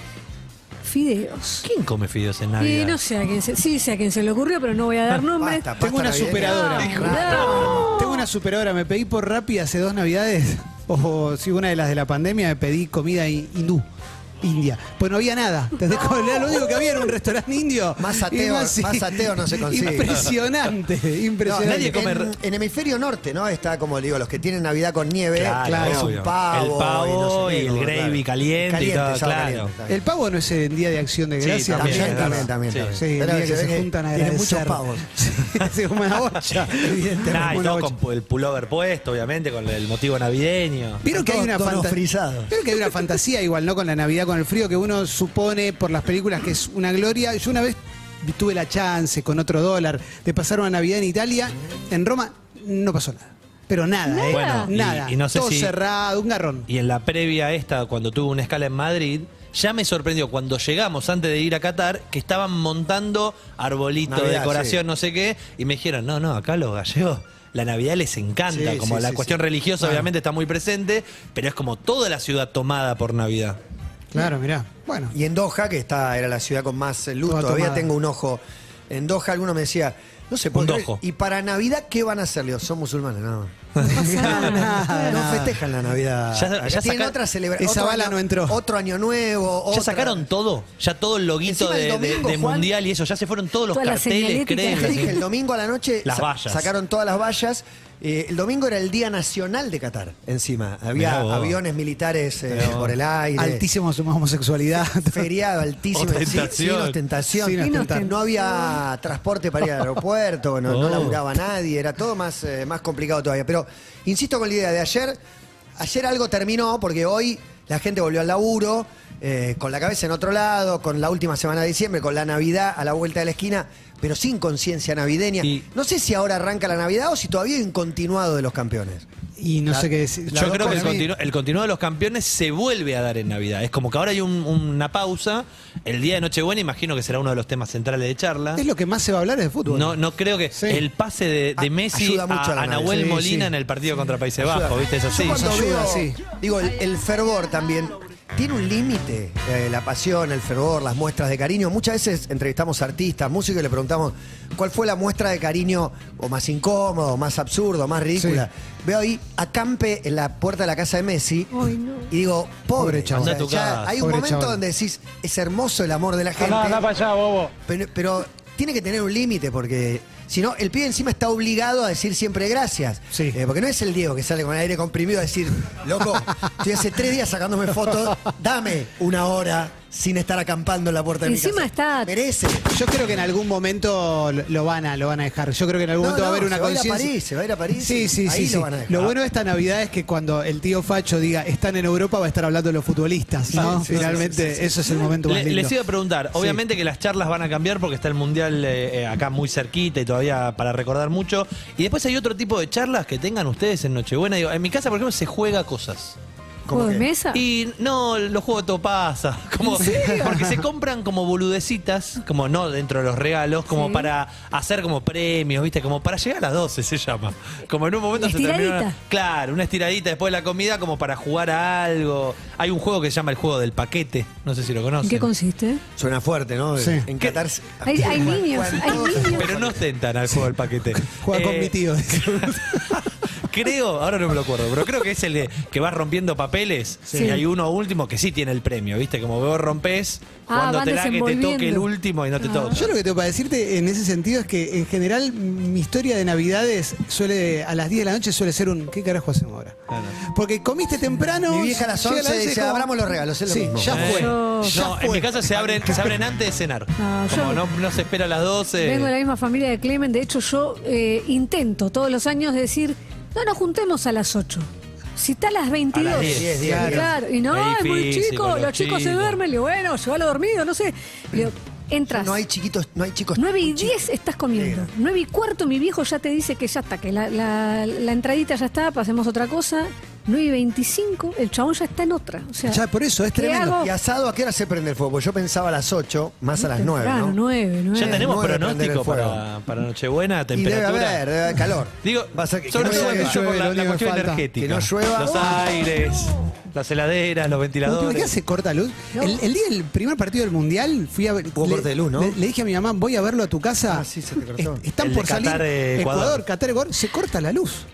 Speaker 4: Fideos.
Speaker 3: ¿Quién come fideos en Navidad?
Speaker 4: Y Eh, no sé a quién se, sí sé a quién se le ocurrió, pero no voy a dar nombres.
Speaker 1: Basta,
Speaker 2: Tengo una
Speaker 1: navideña.
Speaker 2: superadora.
Speaker 1: Dijo,
Speaker 4: No.
Speaker 2: Tengo una superadora, me pedí por Rappi hace dos navidades, o si una de las de la pandemia, me pedí comida hi- hindú. India. Pues no había nada. ¿Entendés? Como era Lo único que había era un restaurante indio.
Speaker 1: Más ateo-
Speaker 2: Y sí,
Speaker 1: más ateo no se consigue.
Speaker 2: Impresionante,
Speaker 1: No,
Speaker 2: impresionante.
Speaker 3: nadie come-
Speaker 1: en, en hemisferio norte, ¿no? Está como digo, los que tienen Navidad con nieve,
Speaker 3: Claro,
Speaker 1: es
Speaker 3: obvio.
Speaker 1: un pavo.
Speaker 3: El pavo
Speaker 1: y, no sé qué,
Speaker 3: y el
Speaker 1: como,
Speaker 3: gravy caliente y todo,
Speaker 1: asado
Speaker 3: claro.
Speaker 1: caliente, está bien.
Speaker 2: El pavo no es en día de acción de
Speaker 3: Sí,
Speaker 2: gracias.
Speaker 1: También,
Speaker 3: Bien,
Speaker 1: también, también.
Speaker 3: ¿no?
Speaker 1: también,
Speaker 3: Sí.
Speaker 2: Sí, el
Speaker 1: Pero
Speaker 2: día que
Speaker 1: ve
Speaker 2: se juntan a
Speaker 1: Tiene
Speaker 2: agradecer.
Speaker 1: muchos pavos.
Speaker 2: Sí, hace como una bocha. evidentemente,
Speaker 3: Nah, y
Speaker 2: como una
Speaker 3: todo
Speaker 2: bocha.
Speaker 3: con pu- el pullover puesto, obviamente, con el motivo navideño.
Speaker 2: Vieron que, hay
Speaker 1: Todo
Speaker 2: una
Speaker 1: tono
Speaker 2: fanta-
Speaker 1: frisado.
Speaker 2: Vieron que hay una fantasía igual, ¿no? Con la Navidad, con el frío, que uno supone por las películas que es una gloria. Yo una vez tuve la chance con otro dólar de pasar una Navidad en Italia. En Roma no pasó nada. Pero nada, ¿eh?
Speaker 3: Bueno, y-
Speaker 2: nada.
Speaker 3: y no sé
Speaker 2: Todo
Speaker 3: si-
Speaker 2: cerrado, un garrón.
Speaker 3: Y en la previa esta, cuando tuve una escala en Madrid, ya me sorprendió cuando llegamos antes de ir a Qatar que estaban montando arbolito,
Speaker 1: Navidad,
Speaker 3: decoración,
Speaker 1: sí.
Speaker 3: no sé qué, y me dijeron, no, no, acá los gallegos. La Navidad les encanta,
Speaker 2: Sí,
Speaker 3: como
Speaker 2: sí,
Speaker 3: la
Speaker 2: sí,
Speaker 3: cuestión
Speaker 2: sí.
Speaker 3: religiosa
Speaker 2: Claro.
Speaker 3: obviamente está muy presente, pero es como toda la ciudad tomada por Navidad.
Speaker 2: Claro, mirá. Bueno.
Speaker 1: Y en Doha, que está, era la ciudad con más eh, luz,
Speaker 2: Toda
Speaker 1: todavía
Speaker 2: tomada.
Speaker 1: tengo un ojo. En Doha alguno me decía, no se
Speaker 3: Un
Speaker 1: puede. creer,
Speaker 3: dojo.
Speaker 1: ¿Y para Navidad qué van a hacer? Le digo, son musulmanes, nada más. No festejan la Navidad.
Speaker 3: Ya-
Speaker 1: Acá
Speaker 3: ya
Speaker 1: tienen
Speaker 3: saca-
Speaker 1: otra celebración.
Speaker 2: Ah, esa
Speaker 1: otro
Speaker 2: bala
Speaker 1: año-
Speaker 2: no entró.
Speaker 1: Otro año nuevo.
Speaker 3: Ya
Speaker 1: otra-
Speaker 3: sacaron todo, ya todo el loguito
Speaker 1: Encima el
Speaker 3: de, de-
Speaker 1: domingo,
Speaker 3: de
Speaker 1: Juan,
Speaker 3: mundial y eso, ya se fueron todos los
Speaker 4: toda la
Speaker 3: carteles,
Speaker 4: señalética.
Speaker 3: creen.
Speaker 1: Te dije, el domingo a la noche
Speaker 3: Las
Speaker 1: sa-
Speaker 3: vallas.
Speaker 1: sacaron todas las vallas. Eh, el domingo era el Día Nacional de Qatar, encima.
Speaker 3: Mirá
Speaker 1: Había
Speaker 3: vos.
Speaker 1: aviones militares eh, por el aire.
Speaker 2: Altísima su homosexualidad.
Speaker 1: Feriado altísimo.
Speaker 3: Otra
Speaker 1: sin-
Speaker 3: tentación.
Speaker 1: Sin ostentación.
Speaker 2: Sin
Speaker 4: ostentación.
Speaker 1: No había transporte para ir al aeropuerto, no, no
Speaker 3: Oh.
Speaker 1: laburaba nadie, era todo más, eh, más complicado todavía. Pero insisto con la idea de ayer, ayer algo terminó porque hoy la gente volvió al laburo, eh, con la cabeza en otro lado, con la última semana de diciembre, con la Navidad a la vuelta de la esquina, pero sin conciencia navideña.
Speaker 3: Y-
Speaker 1: no sé si ahora arranca la Navidad o si todavía hay un continuado de los campeones.
Speaker 2: Y no
Speaker 1: La-
Speaker 2: sé qué decir.
Speaker 3: Yo creo que el,
Speaker 2: Para mí-
Speaker 3: continu- el continuo de los campeones se vuelve a dar en Navidad. Es como que ahora hay un- una pausa. El día de Nochebuena, imagino que será uno de los temas centrales de charla.
Speaker 2: Es lo que más se va a hablar es de fútbol.
Speaker 3: No, no creo que
Speaker 2: Sí.
Speaker 3: el pase de, de
Speaker 1: A-
Speaker 3: Messi
Speaker 1: ayuda
Speaker 3: a,
Speaker 1: mucho a la
Speaker 3: a
Speaker 1: Navidad.
Speaker 3: Nahuel
Speaker 2: Sí,
Speaker 3: Molina
Speaker 2: sí.
Speaker 3: en el partido contra Países
Speaker 1: Ayuda.
Speaker 3: Bajos, ¿viste? Es
Speaker 1: Yo
Speaker 3: así.
Speaker 1: cuando
Speaker 2: ayuda,
Speaker 1: veo-
Speaker 2: sí.
Speaker 1: Digo, el, el fervor también. Tiene un límite eh, la pasión, el fervor, las muestras de cariño. Muchas veces entrevistamos artistas, músicos y le preguntamos cuál fue la muestra de cariño o más incómodo, más absurdo, más ridícula. Veo ahí acampe en la puerta de la casa de Messi
Speaker 4: Ay, no.
Speaker 1: y digo, pobre,
Speaker 2: Pobre chaval.
Speaker 1: chaval.
Speaker 3: Anda a tu
Speaker 1: Ya
Speaker 3: casa.
Speaker 1: hay un
Speaker 2: Pobre
Speaker 1: momento
Speaker 2: chaval.
Speaker 1: donde decís, es hermoso el amor de la gente. Pero, pero tiene que tener un límite porque si no, el pibe encima está obligado a decir siempre gracias.
Speaker 2: Sí.
Speaker 1: Eh, porque no es el Diego que sale con el aire comprimido a decir, loco, estoy hace tres días sacándome fotos, dame una hora sin estar acampando en la puerta de
Speaker 4: Encima
Speaker 1: mi casa.
Speaker 4: está-
Speaker 1: Merece.
Speaker 2: Yo creo que en algún momento lo- lo van a, lo van a dejar. Yo creo que en algún
Speaker 1: No,
Speaker 2: momento va a
Speaker 1: no,
Speaker 2: haber una
Speaker 1: se va a ir a
Speaker 2: conciencia.
Speaker 1: París, se va a ir a París y
Speaker 2: Sí, sí,
Speaker 1: ahí
Speaker 2: sí.
Speaker 1: lo
Speaker 2: sí.
Speaker 1: van a dejar.
Speaker 2: Lo bueno de esta Navidad es que cuando el tío Facho diga están en Europa va a estar hablando de los futbolistas, ¿no?
Speaker 1: sí, sí,
Speaker 2: Finalmente,
Speaker 1: sí, sí, sí.
Speaker 2: eso es el momento más
Speaker 3: Le-
Speaker 2: lindo.
Speaker 3: les iba a preguntar, obviamente que las charlas van a cambiar porque está el Mundial eh, eh, acá muy cerquita y todavía para recordar mucho. Y después hay otro tipo de charlas que tengan ustedes en Nochebuena. Digo, en mi casa, por ejemplo, se juega cosas.
Speaker 1: ¿Cómo
Speaker 4: ¿Juego de
Speaker 1: qué?
Speaker 4: mesa?
Speaker 3: Y no, los juegos topasa. Como, Porque se compran como boludecitas, como no dentro de los regalos, como
Speaker 4: Sí.
Speaker 3: para hacer como premios, ¿viste? Como para llegar a las 12 se llama. Como en un momento se
Speaker 4: Estiradita.
Speaker 3: termina. Claro, una estiradita después de la comida, como para jugar a algo. Hay un juego que se llama el juego del paquete. No sé si lo
Speaker 4: ¿En
Speaker 3: conocen.
Speaker 4: qué consiste?
Speaker 1: Suena fuerte, ¿no?
Speaker 2: Sí.
Speaker 1: En Qatar.
Speaker 4: Hay, hay niños, hay niños.
Speaker 3: Pero no ostentan al juego del paquete.
Speaker 2: Juega con
Speaker 3: Eh,
Speaker 2: mi tío.
Speaker 3: Creo, ahora no me lo acuerdo, pero creo que es el de que vas rompiendo papeles
Speaker 4: Sí.
Speaker 3: y hay uno último que sí tiene el premio, ¿viste? Como vos rompes, cuando
Speaker 4: Ah,
Speaker 3: te
Speaker 4: van
Speaker 3: da que te toque el
Speaker 4: desenvolviendo. Ah.
Speaker 3: último y no te toca.
Speaker 2: Yo lo que tengo para decirte en ese sentido es que en general mi historia de Navidades suele a las 10 de la noche suele ser un ¿qué carajo hacemos ahora? Porque comiste temprano.
Speaker 1: Mi vieja a las
Speaker 2: llega
Speaker 1: 11
Speaker 2: y es
Speaker 1: dice, "Abramos los regalos", es lo
Speaker 2: sí,
Speaker 1: mismo.
Speaker 2: Ya
Speaker 3: Eh,
Speaker 2: fue.
Speaker 4: Yo-
Speaker 2: ya
Speaker 3: no,
Speaker 2: fue.
Speaker 3: en mi casa se abren, se abren antes de cenar.
Speaker 4: No, Ah, yo-
Speaker 3: Como no, no se espera a las 12.
Speaker 4: Vengo de la misma familia de Clemen. De hecho, yo eh, intento todos los años decir, no nos juntemos a las 8. Si está a las 22.
Speaker 3: A las 10,
Speaker 4: Sí,
Speaker 1: diario.
Speaker 4: claro. Y no,
Speaker 3: Es
Speaker 4: es muy
Speaker 3: difícil
Speaker 4: chico,
Speaker 3: con
Speaker 4: los,
Speaker 3: los
Speaker 4: chicos se
Speaker 3: chicos.
Speaker 4: duermen. Le digo, bueno, llévalo dormido, no sé. Le digo, entras.
Speaker 1: No hay chiquitos, no hay chicos.
Speaker 4: 9 y 10 estás comiendo. 9 y cuarto mi viejo ya te dice que ya está, que la, la- la entradita ya está, pasemos otra cosa. 9 y 25, el chabón ya está en otra. O sea,
Speaker 2: Ya, por eso, es
Speaker 4: ¿qué
Speaker 2: tremendo.
Speaker 4: hago?
Speaker 1: ¿Y asado a qué hora se prende el fuego? Porque yo pensaba a las 8, más a las 9,
Speaker 4: Claro,
Speaker 1: ¿no?
Speaker 4: 9, 9.
Speaker 3: ya tenemos
Speaker 1: nueve prender el
Speaker 3: pronóstico
Speaker 1: fuego.
Speaker 3: para, para Nochebuena,
Speaker 1: Y debe
Speaker 3: temperatura.
Speaker 1: haber, debe haber calor.
Speaker 3: Digo,
Speaker 1: Va a ser que-
Speaker 3: sobre
Speaker 1: que no
Speaker 3: todo
Speaker 1: llueva.
Speaker 3: eso por
Speaker 2: Llueve, lo
Speaker 3: la, la
Speaker 2: único que
Speaker 3: cuestión
Speaker 2: falta.
Speaker 3: energética.
Speaker 1: Que no llueva.
Speaker 3: Los
Speaker 1: ¡Oh!
Speaker 3: aires, las heladeras, los
Speaker 2: ¿Por qué
Speaker 3: ventiladores.
Speaker 2: hace corta luz?
Speaker 4: No.
Speaker 2: El, el día del primer partido del Mundial fui a ver.
Speaker 1: Hubo
Speaker 2: le-
Speaker 1: corte de luz, ¿no?
Speaker 2: Le, le dije a mi mamá, voy a verlo a tu casa.
Speaker 1: Ah, sí, se te cortó.
Speaker 2: Es- están
Speaker 3: El
Speaker 2: por
Speaker 3: de
Speaker 2: salir.
Speaker 3: Qatar, eh, Ecuador.
Speaker 2: Ecuador, Qatar, Ecuador. Se corta la luz.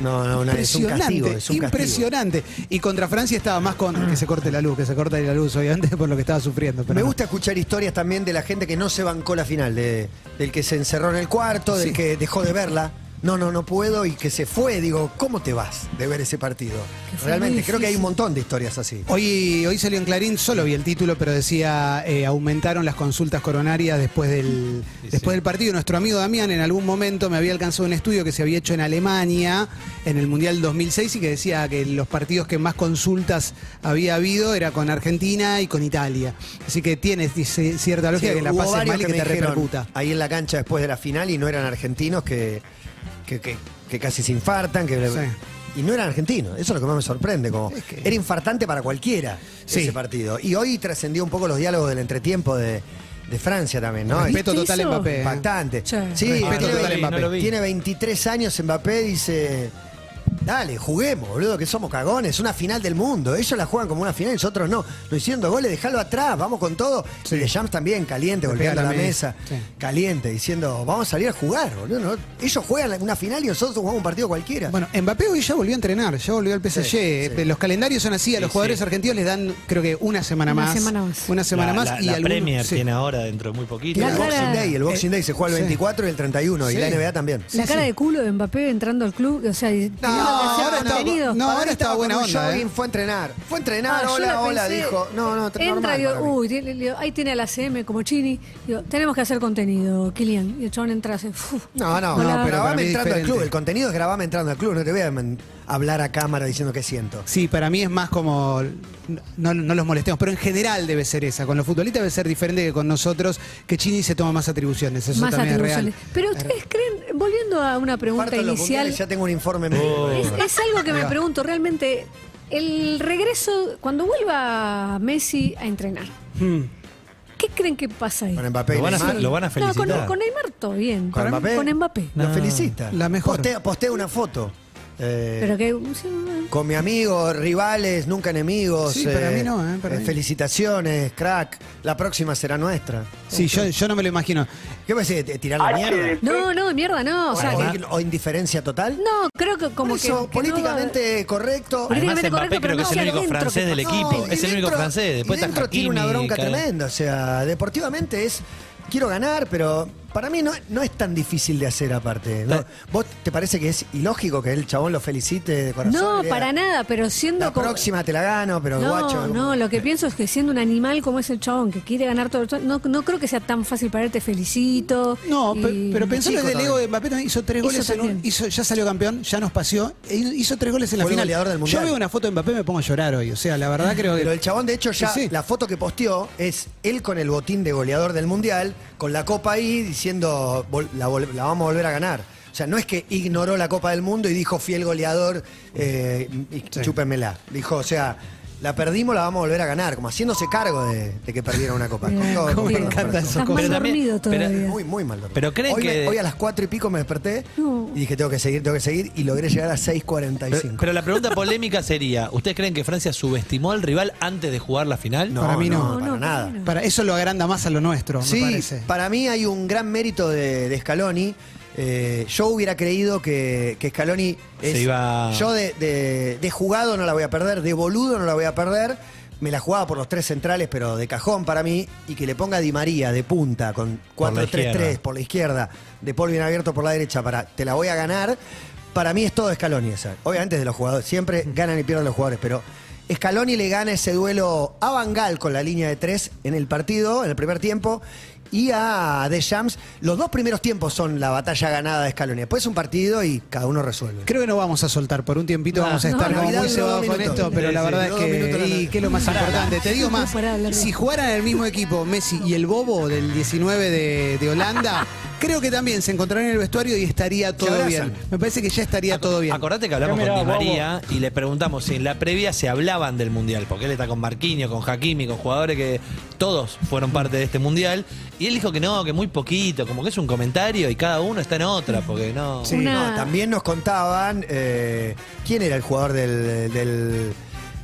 Speaker 1: No, no, no, es un castigo, es un castigo.
Speaker 2: impresionante. Y contra Francia estaba más con que se corte la luz, que se corte la luz, obviamente, por lo que estaba sufriendo. Pero
Speaker 1: Me
Speaker 2: no.
Speaker 1: gusta escuchar historias también de la gente que no se bancó la final, de- del que se encerró en el cuarto, del
Speaker 2: Sí.
Speaker 1: que dejó de verla. No, no, no puedo y que se fue. Digo, ¿cómo te vas de ver ese partido?
Speaker 4: Que fue
Speaker 1: Realmente,
Speaker 4: muy
Speaker 1: creo que hay un
Speaker 4: difícil.
Speaker 1: montón de historias así.
Speaker 2: Hoy, hoy salió en Clarín, solo vi el título, pero decía eh, aumentaron las consultas coronarias después del, después del partido. Nuestro amigo Damián en algún momento me había alcanzado un estudio que se había hecho en Alemania en el Mundial 2006 y que decía que los partidos que más consultas había habido era con Argentina y con Italia. Así que tiene dice, cierta lógica
Speaker 1: Sí,
Speaker 2: que la
Speaker 1: hubo
Speaker 2: pases
Speaker 1: varios
Speaker 2: mal y que
Speaker 1: me
Speaker 2: te
Speaker 1: dijeron
Speaker 2: repercuta.
Speaker 1: Ahí en la cancha después de la final y no eran argentinos que, que, que- que casi se infartan. Que
Speaker 2: Sí.
Speaker 1: Y no eran argentinos. Eso es lo que más me sorprende. Como, Era infartante para cualquiera
Speaker 2: Sí.
Speaker 1: ese partido. Y hoy trascendió un poco los diálogos del entretiempo de, de Francia también, ¿no?
Speaker 2: Respeto
Speaker 4: ¿Viste
Speaker 2: total ¿eh?
Speaker 4: eso?
Speaker 2: en papel.
Speaker 1: "Ah, Impactante.
Speaker 4: Sí.
Speaker 1: Sí,
Speaker 2: Respeto
Speaker 1: tiene,
Speaker 2: total
Speaker 1: ve-
Speaker 2: a Mbappé.
Speaker 3: no lo vi.
Speaker 1: tiene 23 años Mbappé, dice. Dale, juguemos, boludo, que somos cagones. Una final del mundo. Ellos la juegan como una final, nosotros no. No hicieron dos goles, dejalo atrás, vamos con todo. Y de Jams también, caliente,
Speaker 2: Le
Speaker 1: golpeando
Speaker 2: pega
Speaker 1: la
Speaker 2: la
Speaker 1: mesa.
Speaker 2: mesa, sí.
Speaker 1: Caliente, diciendo, vamos a salir a jugar, boludo. ¿no? Ellos juegan una final y nosotros jugamos un partido cualquiera.
Speaker 2: Bueno, Mbappé hoy ya volvió a entrenar, ya volvió al PSG.
Speaker 1: Sí, sí.
Speaker 2: Eh, Los calendarios son así, a los jugadores argentinos les dan, creo que, una semana
Speaker 4: Una
Speaker 2: más.
Speaker 4: semana más.
Speaker 2: Una semana
Speaker 3: la,
Speaker 2: más.
Speaker 3: la-
Speaker 2: y
Speaker 3: la
Speaker 2: algunos-
Speaker 3: Premier
Speaker 2: sí.
Speaker 3: tiene ahora dentro de muy poquito.
Speaker 1: y el
Speaker 4: la
Speaker 1: Boxing
Speaker 4: cara-
Speaker 1: Day, el Boxing Day se juega el
Speaker 2: sí.
Speaker 1: 24 y el 31, y
Speaker 2: Sí.
Speaker 1: la NBA también.
Speaker 4: La cara de culo de Mbappé entrando al club, o sea, y pidiendo que sea
Speaker 2: ahora está-
Speaker 4: contenido.
Speaker 2: no,
Speaker 1: Para
Speaker 2: ahora
Speaker 1: mí
Speaker 2: estaba
Speaker 1: con
Speaker 2: buena
Speaker 1: un
Speaker 2: onda,
Speaker 1: jogging,
Speaker 2: ¿eh?
Speaker 1: Fue a entrenar. Fue a
Speaker 4: Ah,
Speaker 1: entrenar,
Speaker 4: yo
Speaker 1: hola,
Speaker 4: la
Speaker 1: hola,
Speaker 4: pensé.
Speaker 1: dijo. No, no,
Speaker 4: Entra,
Speaker 1: normal
Speaker 4: digo,
Speaker 1: para mí.
Speaker 4: uy, tiene- digo, ahí tiene a la CM como Chini. Digo, tenemos que hacer contenido, Kilian. Y el chabón entra hace. "Uf".
Speaker 1: No, no,
Speaker 4: Hola.
Speaker 1: no, pero
Speaker 2: para
Speaker 1: grabame
Speaker 2: mí es
Speaker 1: entrando al
Speaker 2: diferente.
Speaker 1: club. El contenido es grabame entrando al club. No te voy a man- hablar a cámara diciendo qué siento.
Speaker 2: Sí, para mí es más como. No, no los molestemos, pero en general debe ser esa. Con los futbolistas debe ser diferente que con nosotros, que Chini se toma más atribuciones. Eso
Speaker 4: Más
Speaker 2: también
Speaker 4: atribuciones.
Speaker 2: es real.
Speaker 4: Pero ustedes creen, volviendo a una pregunta
Speaker 1: Parto en los
Speaker 4: inicial,
Speaker 1: mundiales, ya tengo un informe.
Speaker 2: Oh.
Speaker 1: en vivo.
Speaker 4: es, es algo que me pregunto realmente. El regreso, cuando vuelva Messi a entrenar,
Speaker 2: Hmm.
Speaker 4: ¿qué creen que pasa ahí?
Speaker 1: Con Mbappé y
Speaker 3: Lo van a-
Speaker 1: Neymar.
Speaker 3: lo van a
Speaker 4: No,
Speaker 3: felicitar.
Speaker 4: con, con Neymar todo bien.
Speaker 1: ¿Con Mbappé?
Speaker 4: Con Mbappé.
Speaker 1: Lo
Speaker 3: No.
Speaker 1: felicita.
Speaker 2: La mejor.
Speaker 1: Postea, postea una foto. eh,
Speaker 4: Pero que.
Speaker 1: con mi amigo, rivales, nunca enemigos.
Speaker 2: Sí, para mí no, eh, para mí.
Speaker 1: Felicitaciones, crack. La próxima será nuestra.
Speaker 2: Sí, yo, yo no me lo imagino.
Speaker 1: ¿Qué me decís? ¿Tirar la mierda?
Speaker 4: No, no, mierda, no. O sea,
Speaker 1: ¿O,
Speaker 4: que-
Speaker 1: o indiferencia total?
Speaker 4: no, creo que como
Speaker 1: Por eso,
Speaker 4: que. que no va a-
Speaker 1: políticamente correcto.
Speaker 3: Además,
Speaker 4: Políticamente
Speaker 3: Mbappé
Speaker 4: correcto, pero
Speaker 3: creo que es el
Speaker 4: no,
Speaker 3: único
Speaker 4: adentro,
Speaker 3: francés
Speaker 4: ¿qué
Speaker 3: del
Speaker 4: pasó?
Speaker 3: equipo.
Speaker 1: y
Speaker 3: Es el único
Speaker 1: dentro-
Speaker 3: francés. Después
Speaker 1: y
Speaker 3: está
Speaker 1: dentro tiene
Speaker 3: Hakimi,
Speaker 1: una bronca
Speaker 3: cada-
Speaker 1: tremenda. O sea, deportivamente es. Quiero ganar, pero para mí no, no es tan difícil de hacer aparte. ¿no?
Speaker 3: Ta-
Speaker 1: ¿Vos te parece que es ilógico que el chabón lo felicite de corazón?
Speaker 4: No,
Speaker 1: Le diga,
Speaker 4: para nada, pero siendo
Speaker 1: La
Speaker 4: como-
Speaker 1: próxima te la gano, pero
Speaker 4: No,
Speaker 1: guacho.
Speaker 4: no, lo que pienso es que siendo un animal como es el chabón, que quiere ganar todo el to- no, no creo que sea tan fácil para él, te felicito.
Speaker 2: No,
Speaker 4: y-
Speaker 2: pe- pero pensalo
Speaker 1: chico
Speaker 2: desde el ego de Mbappé también hizo tres
Speaker 4: Hizo
Speaker 2: goles en un-
Speaker 4: también.
Speaker 2: hizo- ya salió campeón, ya nos paseó, e hizo tres goles en la
Speaker 1: Fue el
Speaker 2: final.
Speaker 1: goleador del Mundial.
Speaker 2: Yo veo una foto de Mbappé me pongo a llorar hoy. O sea, la verdad creo que.
Speaker 1: Pero el chabón, de hecho, ya
Speaker 2: Sí, sí.
Speaker 1: la foto que posteó es él con el botín de goleador del mundial, con la copa ahí, diciendo "Vol- la, vol- la vamos a volver a ganar. O sea, no es que ignoró la Copa del Mundo y dijo fiel goleador, eh, y chúpenmela. Dijo, o sea, la perdimos, la vamos a volver a ganar, como haciéndose cargo de, de que perdieron una copa. Con todo,
Speaker 2: Cómo
Speaker 1: con
Speaker 2: me
Speaker 1: todo,
Speaker 2: encantan
Speaker 1: con todo.
Speaker 2: esas
Speaker 4: Estás
Speaker 3: cosas.
Speaker 4: mal
Speaker 3: Pero también-
Speaker 4: dormido
Speaker 3: pero-
Speaker 4: todavía.
Speaker 1: Muy, muy mal. dormido.
Speaker 3: Pero creen
Speaker 1: hoy, me-
Speaker 3: que-
Speaker 1: hoy a las 4 y pico me desperté
Speaker 4: No.
Speaker 1: y dije, tengo que seguir, tengo que seguir, y logré llegar a
Speaker 3: Pero,
Speaker 1: 6.45.
Speaker 3: pero la pregunta polémica sería, ¿ustedes creen que Francia subestimó al rival antes de jugar la final?
Speaker 2: para mí no.
Speaker 4: No,
Speaker 1: para
Speaker 4: no, para
Speaker 1: nada.
Speaker 4: mí no.
Speaker 2: Para eso lo agranda más a lo nuestro, me
Speaker 1: Sí,
Speaker 2: parece.
Speaker 1: para mí hay un gran mérito de, de Scaloni. Eh, yo hubiera creído que, que Scaloni es-
Speaker 3: Se iba-
Speaker 1: Yo de, de- de jugado no la voy a perder, de boludo no la voy a perder. Me la jugaba por los tres centrales, pero de cajón para mí. Y que le ponga a Di María de punta con
Speaker 3: Por la
Speaker 1: 4-3-3
Speaker 3: izquierda.
Speaker 1: por la izquierda, de Paul bien abierto por la derecha para te la voy a ganar. Para mí es todo Scaloni esa. Obviamente es de los jugadores. Siempre ganan y pierden los jugadores, pero Scaloni le gana ese duelo a Bangal con la línea de tres en el partido, en el primer tiempo, y a Deschamps. Los dos primeros tiempos son la batalla ganada de Scaloni. Después es un partido y cada uno resuelve.
Speaker 2: Creo que no vamos a soltar por un tiempito,
Speaker 3: No,
Speaker 2: vamos a
Speaker 3: no,
Speaker 2: estar
Speaker 1: no,
Speaker 2: como
Speaker 1: Navidad
Speaker 2: muy
Speaker 1: duró
Speaker 2: cebados
Speaker 1: dos
Speaker 2: con
Speaker 1: minutos.
Speaker 2: esto, pero
Speaker 3: Sí,
Speaker 2: la
Speaker 3: sí,
Speaker 2: verdad
Speaker 1: duró
Speaker 2: es
Speaker 1: dos minutos la
Speaker 2: que. ¿Y
Speaker 1: Navidad.
Speaker 2: qué es lo más importante? Te digo más,
Speaker 4: Pará, la-
Speaker 2: si jugaran en el mismo equipo Messi y el Bobo del 19 de, de Holanda, creo que también se encontrarían en el vestuario y estaría todo
Speaker 1: abrazan.
Speaker 2: bien. Me parece que ya estaría todo bien.
Speaker 3: Acordate que hablamos
Speaker 5: Ya mirá,
Speaker 3: con Di
Speaker 5: bobo.
Speaker 3: María y le preguntamos si en la previa se hablaban del Mundial, porque él está con Marquinhos, con Hakimi, con jugadores que todos fueron parte de este Mundial, y él dijo que no, que muy poquito, como que es un comentario y cada uno está en otra, porque no...
Speaker 1: Sí,
Speaker 4: Una-
Speaker 1: no, también nos contaban eh, quién era el jugador del. del,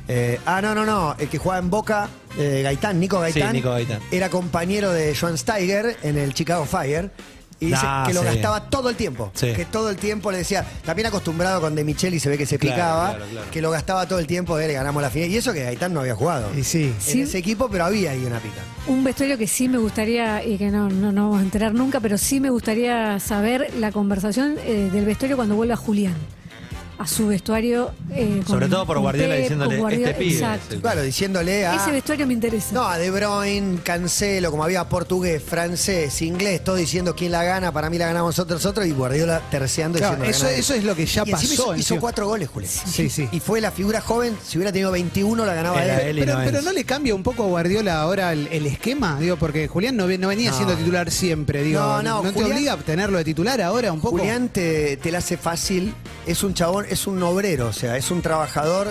Speaker 1: eh, ah, no, no, no, el que jugaba en Boca, eh, Gaitán, Nico Gaitán.
Speaker 3: Sí, Nico Gaitán.
Speaker 1: Era compañero de Joan Steiger en el Chicago Fire. Y dice
Speaker 3: Ah,
Speaker 1: que lo
Speaker 3: sí.
Speaker 1: gastaba todo el tiempo.
Speaker 3: Sí.
Speaker 1: Que todo el tiempo le decía, también acostumbrado con De Michel y se ve que se
Speaker 3: Claro,
Speaker 1: picaba,
Speaker 3: claro, claro.
Speaker 1: que lo gastaba todo el tiempo, eh, le ganamos la final. Y eso que Gaitán no había jugado.
Speaker 2: Y sí.
Speaker 4: Sí.
Speaker 1: En ese equipo, pero había ahí una pica.
Speaker 4: Un vestuario que sí me gustaría, y que no, no, no vamos a enterar nunca, pero sí me gustaría saber la conversación eh, del vestuario cuando vuelva Julián a su vestuario. eh, con-
Speaker 3: Sobre todo por
Speaker 4: con
Speaker 3: Guardiola
Speaker 4: Pep,
Speaker 3: diciéndole,
Speaker 4: con Guardiola-
Speaker 3: este pibe.
Speaker 4: Exacto.
Speaker 3: Sí.
Speaker 1: Claro, diciéndole a.
Speaker 4: Ese vestuario me interesa.
Speaker 1: No, a De Bruyne, Cancelo, como había portugués, francés, inglés, todo diciendo quién la gana, para mí la ganamos nosotros, nosotros, y Guardiola terceando
Speaker 2: Claro,
Speaker 1: diciendo
Speaker 2: eso,
Speaker 1: "Gana él".
Speaker 2: eso es lo que ya
Speaker 1: Y encima
Speaker 2: pasó.
Speaker 1: hizo- Hizo,
Speaker 2: encima.
Speaker 1: cuatro goles, Julio.
Speaker 2: Sí, sí.
Speaker 1: Y fue la figura joven, si hubiera tenido 21 la ganaba
Speaker 3: Era
Speaker 1: él.
Speaker 3: él y
Speaker 2: Pero,
Speaker 3: no
Speaker 2: pero
Speaker 3: él.
Speaker 2: no le cambia un poco a Guardiola ahora el, el esquema, digo, porque Julián no, ve- no venía siendo titular siempre, digo.
Speaker 1: No, no,
Speaker 2: te
Speaker 1: Julián-
Speaker 2: obliga a tenerlo de titular ahora un poco.
Speaker 1: Julián te, te la hace fácil, es un chabón, es un obrero, o sea, es un trabajador.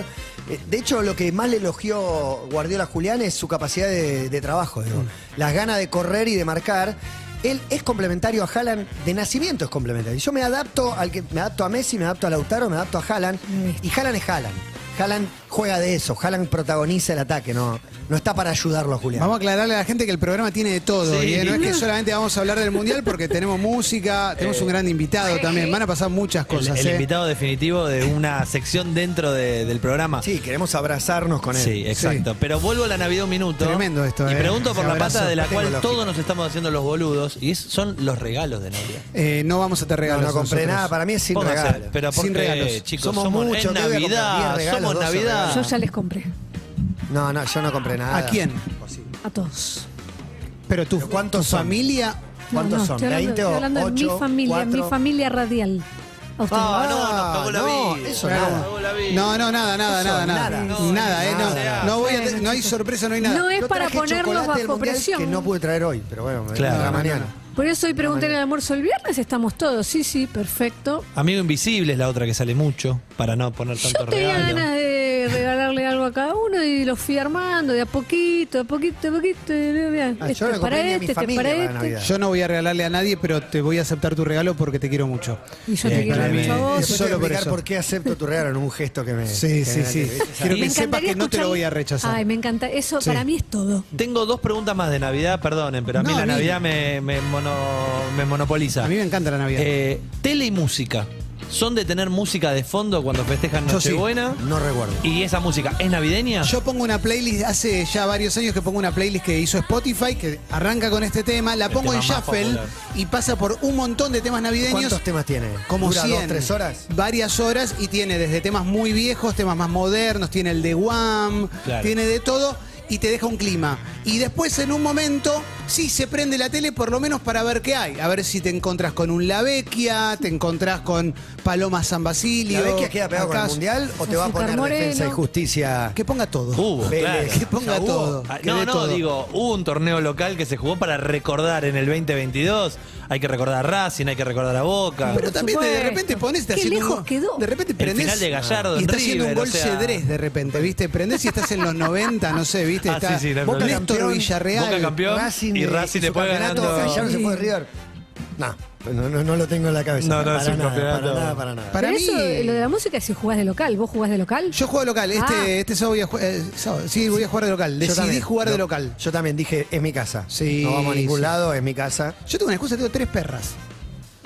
Speaker 1: Eh, De hecho, lo que más le elogió Guardiola a Julián es su capacidad de, de trabajo,
Speaker 2: Mm.
Speaker 1: digo. las ganas de correr y de marcar. Él es complementario a Haaland, de nacimiento es complementario. Yo me adapto al que me adapto a Messi, me adapto a Lautaro, me adapto a Haaland y Haaland es Haaland. Haaland juega de eso, Haaland protagoniza el ataque, no no está para ayudarlo a Julián.
Speaker 2: Vamos a aclararle a la gente que el programa tiene de todo.
Speaker 3: Sí.
Speaker 2: ¿eh? No es que solamente vamos a hablar del mundial porque tenemos música, tenemos un gran invitado también. Van a pasar muchas
Speaker 3: El,
Speaker 2: cosas.
Speaker 3: el
Speaker 2: ¿eh?
Speaker 3: invitado definitivo de una sección dentro de- del programa.
Speaker 1: Sí, queremos abrazarnos con él.
Speaker 3: Sí, exacto. Pero vuelvo a la Navidad un minuto.
Speaker 2: Tremendo esto,
Speaker 3: Y
Speaker 2: eh.
Speaker 3: pregunto por
Speaker 2: Ese
Speaker 3: la
Speaker 2: abrazo
Speaker 3: pata de la cual
Speaker 1: tecnológico.
Speaker 3: todos nos estamos haciendo los boludos, y es- son los regalos de Navidad.
Speaker 2: Eh, no vamos a te
Speaker 1: No,
Speaker 2: regalar.
Speaker 1: no compré nada, para mí es sin
Speaker 3: Pónganse,
Speaker 1: regalo.
Speaker 3: Pero porque,
Speaker 2: Sin regalos.
Speaker 3: chicos, somos,
Speaker 1: Somos
Speaker 3: es
Speaker 1: muchos, ¿qué voy a comprar?
Speaker 3: Navidad,
Speaker 1: Diez regalos,
Speaker 3: somos
Speaker 1: doce
Speaker 2: Ah.
Speaker 3: Navidad.
Speaker 1: regalos.
Speaker 4: Yo ya les compré
Speaker 1: No, no, yo no compré nada.
Speaker 2: ¿A quién?
Speaker 4: a todos.
Speaker 2: Pero tú,
Speaker 1: ¿Pero cuántos
Speaker 2: tu
Speaker 1: son?
Speaker 2: familia.
Speaker 4: No,
Speaker 1: ¿Cuántos
Speaker 4: no,
Speaker 1: son?
Speaker 4: estoy hablando,
Speaker 1: 20
Speaker 4: estoy
Speaker 1: o
Speaker 4: hablando de
Speaker 1: 8,
Speaker 4: mi familia, mi familia radial. A ustedes.
Speaker 3: Ah, no, nos cagó la
Speaker 1: no,
Speaker 3: vida.
Speaker 1: eso
Speaker 3: Nos
Speaker 1: nada.
Speaker 3: cagó la vida.
Speaker 2: No, no, nada, nada,
Speaker 1: Eso,
Speaker 2: nada, nada.
Speaker 1: nada.
Speaker 3: No,
Speaker 2: Nada, eh,
Speaker 3: nada.
Speaker 2: no. No, voy a te- no hay sorpresa, no hay nada.
Speaker 4: No es
Speaker 1: Yo
Speaker 4: para
Speaker 1: traje
Speaker 4: ponernos
Speaker 1: chocolate del
Speaker 4: bajo
Speaker 1: mundial
Speaker 4: presión.
Speaker 1: Que no pude traer hoy, pero bueno, me
Speaker 3: Claro.
Speaker 1: claro.
Speaker 3: No, no,
Speaker 1: mañana.
Speaker 4: Por eso hoy pregunté en el almuerzo el viernes, estamos todos. Sí, sí, perfecto.
Speaker 3: Amigo Invisible es la otra que sale mucho, para no poner tanto
Speaker 4: Yo tenía
Speaker 3: regalo.
Speaker 4: ganas de regalarle algo a cada uno y lo fui armando de a poquito, de a poquito, de a poquito. y mira, mira,
Speaker 1: Ah, yo
Speaker 4: este
Speaker 1: no compré
Speaker 4: es para
Speaker 1: ni a mi
Speaker 4: este, este es
Speaker 1: familia
Speaker 4: para
Speaker 1: para
Speaker 4: este.
Speaker 1: Navidad.
Speaker 2: Yo no voy a regalarle a nadie, pero te voy a aceptar tu regalo porque te quiero mucho.
Speaker 4: Y yo te
Speaker 3: Bien,
Speaker 4: quiero
Speaker 3: tremendo.
Speaker 4: mucho a vos.
Speaker 1: Después
Speaker 2: Solo
Speaker 1: te voy a
Speaker 2: por
Speaker 1: explicar
Speaker 2: eso.
Speaker 1: por qué acepto tu regalo en un gesto que me.
Speaker 2: Sí,
Speaker 1: que
Speaker 2: sí,
Speaker 1: me-
Speaker 2: sí. Quiero
Speaker 3: Y
Speaker 2: que
Speaker 3: me
Speaker 2: sepas que no te lo
Speaker 4: escuchar-
Speaker 2: voy a rechazar.
Speaker 4: Ay, me encanta. Eso
Speaker 2: Sí.
Speaker 4: para mí es todo.
Speaker 3: Tengo dos preguntas más de Navidad, perdonen, pero a mí
Speaker 2: No,
Speaker 3: la
Speaker 2: a mí-
Speaker 3: Navidad me, me mono- me monopoliza.
Speaker 2: A mí me encanta la Navidad.
Speaker 3: Eh, tele y música. ¿Son de tener música de fondo cuando festejan
Speaker 2: Yo sí.
Speaker 3: Nochebuena?
Speaker 1: No recuerdo.
Speaker 3: ¿Y esa música es navideña?
Speaker 2: Yo pongo una playlist, hace ya varios años que pongo una playlist que hizo Spotify, que arranca con este tema, la
Speaker 3: El
Speaker 2: pongo en
Speaker 3: tema más
Speaker 2: shuffle
Speaker 3: popular.
Speaker 2: y pasa por un montón de temas navideños.
Speaker 1: ¿Cuántos temas tiene?
Speaker 2: Como
Speaker 1: ¿Dura
Speaker 2: 100,
Speaker 1: dos, tres horas?
Speaker 2: Varias horas y tiene desde temas muy viejos, temas más modernos, tiene el de Wham,
Speaker 3: Claro.
Speaker 2: tiene de todo y te deja un clima. Y después en un momento sí se prende la tele por lo menos para ver qué hay. A ver si te encontrás con un La Vecchia, te encontrás con Paloma San Basilio.
Speaker 1: ¿La vez que queda pegado con el
Speaker 2: acaso-
Speaker 1: mundial o te va a
Speaker 4: Azúcar
Speaker 1: poner defensa y
Speaker 4: Moreno.
Speaker 1: justicia?
Speaker 2: Que ponga todo.
Speaker 3: Hubo,
Speaker 1: Vélez.
Speaker 3: claro.
Speaker 2: Que ponga
Speaker 1: ¿Ya hubo?
Speaker 2: todo.
Speaker 3: Ah,
Speaker 2: que
Speaker 3: No,
Speaker 2: dé
Speaker 3: no,
Speaker 2: todo.
Speaker 3: digo, hubo un torneo local que se jugó para recordar en el 2022. Hay que recordar a Racing, hay que recordar a
Speaker 2: Pero
Speaker 3: Boca.
Speaker 4: Ah, Por
Speaker 2: también de
Speaker 4: supuesto.
Speaker 2: repente ponés. te
Speaker 4: Qué
Speaker 2: haciendo
Speaker 4: lejos
Speaker 2: un-
Speaker 4: quedó.
Speaker 2: De repente
Speaker 3: El
Speaker 2: prendés.
Speaker 3: final de Gallardo
Speaker 2: Y
Speaker 3: en
Speaker 2: está haciendo un
Speaker 3: River, o
Speaker 2: gol
Speaker 3: sea.
Speaker 2: C3 de repente, ¿viste? Prendés y estás en los 90, no sé, ¿viste?
Speaker 3: Ah,
Speaker 2: Está
Speaker 3: sí, sí, no hay
Speaker 2: Boca
Speaker 3: problema.
Speaker 2: Néstor
Speaker 1: Campeón,
Speaker 2: Villarreal.
Speaker 3: Boca campeón y Racing
Speaker 1: su
Speaker 3: después
Speaker 1: campeonato,
Speaker 3: ganando.
Speaker 1: ya no se puede River. No, no, no, no lo tengo en la cabeza.
Speaker 3: No, no,
Speaker 1: para
Speaker 3: es un
Speaker 1: nada,
Speaker 3: campeonato.
Speaker 1: Para nada, para nada.
Speaker 2: Para
Speaker 4: Pero
Speaker 2: mí-
Speaker 4: eso, eh, lo de la música es si jugás de local. ¿Vos jugás de local?
Speaker 2: Yo juego de local, este,
Speaker 4: Ah.
Speaker 2: este sábado voy a jugar. sí, voy a jugar de local.
Speaker 1: Yo
Speaker 2: Decidí
Speaker 1: también,
Speaker 2: jugar de
Speaker 1: no,
Speaker 2: local.
Speaker 1: Yo también dije, es mi casa.
Speaker 2: Sí,
Speaker 1: No vamos a ningún
Speaker 2: sí.
Speaker 1: lado, es mi casa.
Speaker 2: Yo tengo una excusa, tengo tres perras.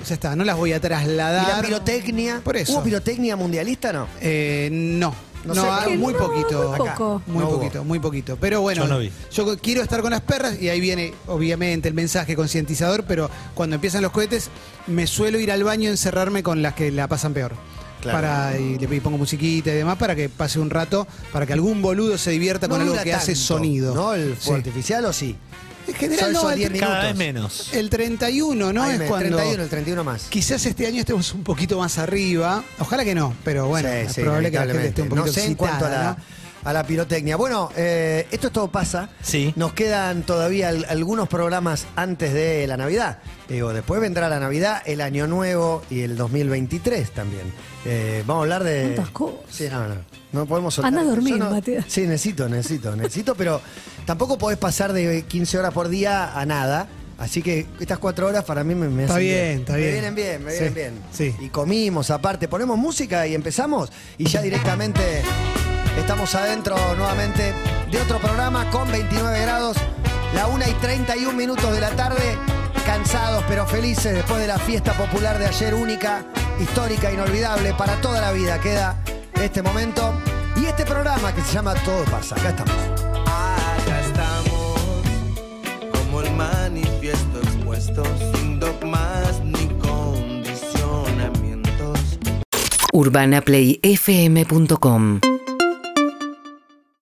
Speaker 2: O sea, está, no las voy a trasladar.
Speaker 1: ¿Y la pirotecnia?
Speaker 2: Por eso.
Speaker 1: ¿Hubo pirotecnia mundialista no?
Speaker 2: Eh, no.
Speaker 1: No
Speaker 2: No,
Speaker 1: sé,
Speaker 2: ah,
Speaker 1: porque
Speaker 2: muy
Speaker 4: no,
Speaker 2: poquito.
Speaker 4: muy poco.
Speaker 2: Muy
Speaker 1: No hubo.
Speaker 2: poquito, muy poquito. Pero bueno,
Speaker 3: Yo no vi.
Speaker 2: yo quiero estar con las perras y ahí viene, obviamente, el mensaje concientizador, pero cuando empiezan los cohetes, me suelo ir al baño a encerrarme con las que la pasan peor.
Speaker 1: Claro.
Speaker 2: Para, y le y pongo musiquita y demás para que pase un rato, para que algún boludo se divierta con
Speaker 1: No
Speaker 2: algo
Speaker 1: dura
Speaker 2: que hace
Speaker 1: tanto,
Speaker 2: sonido.
Speaker 1: ¿No? ¿El
Speaker 2: Sí.
Speaker 1: fuego artificial o sí?
Speaker 2: En general,
Speaker 1: Son
Speaker 2: no,
Speaker 1: esos
Speaker 2: el
Speaker 1: 10
Speaker 2: tre-
Speaker 3: Cada
Speaker 1: minutos.
Speaker 3: vez menos.
Speaker 2: el 31, ¿no?
Speaker 1: Ahí
Speaker 2: es
Speaker 1: me-
Speaker 2: cuando.
Speaker 1: 31, el 31 más.
Speaker 2: Quizás este año estemos un poquito más arriba. Ojalá que no, pero bueno,
Speaker 1: Sí,
Speaker 2: es
Speaker 1: sí,
Speaker 2: probable que la gente
Speaker 1: inevitablemente.
Speaker 2: esté un poquito
Speaker 1: No sé en cuanto a la,
Speaker 2: excitada, ¿no?
Speaker 1: a la pirotecnia. Bueno, eh, esto es todo pasa.
Speaker 3: Sí.
Speaker 1: Nos quedan todavía al- algunos programas antes de la Navidad. Digo, después vendrá la Navidad, el Año Nuevo y el 2023 también. Eh, vamos a hablar de...
Speaker 4: Tantas cosas.
Speaker 1: Sí, no, no. No podemos soltar.
Speaker 4: Andá a dormir,
Speaker 1: Yo no-
Speaker 4: Matías.
Speaker 1: Sí, necesito, necesito, necesito, pero tampoco podés pasar de 15 horas por día a nada. Así que estas cuatro horas para mí me, me
Speaker 2: Está
Speaker 1: hacen
Speaker 2: bien, está
Speaker 1: Me
Speaker 2: bien.
Speaker 1: vienen bien, me
Speaker 2: Sí,
Speaker 1: vienen bien.
Speaker 2: sí.
Speaker 1: Y comimos aparte, ponemos música y empezamos. Y ya directamente estamos adentro nuevamente de otro programa con 29 grados, la 1 y 31 minutos de la tarde. Cansados pero felices después de la fiesta popular de ayer, única, histórica, inolvidable, para toda la vida queda este momento y este programa que se llama Todo pasa. Acá estamos.
Speaker 5: Acá estamos, como el manifiesto expuesto, sin dogmas ni condicionamientos.
Speaker 6: urbanaplayfm.com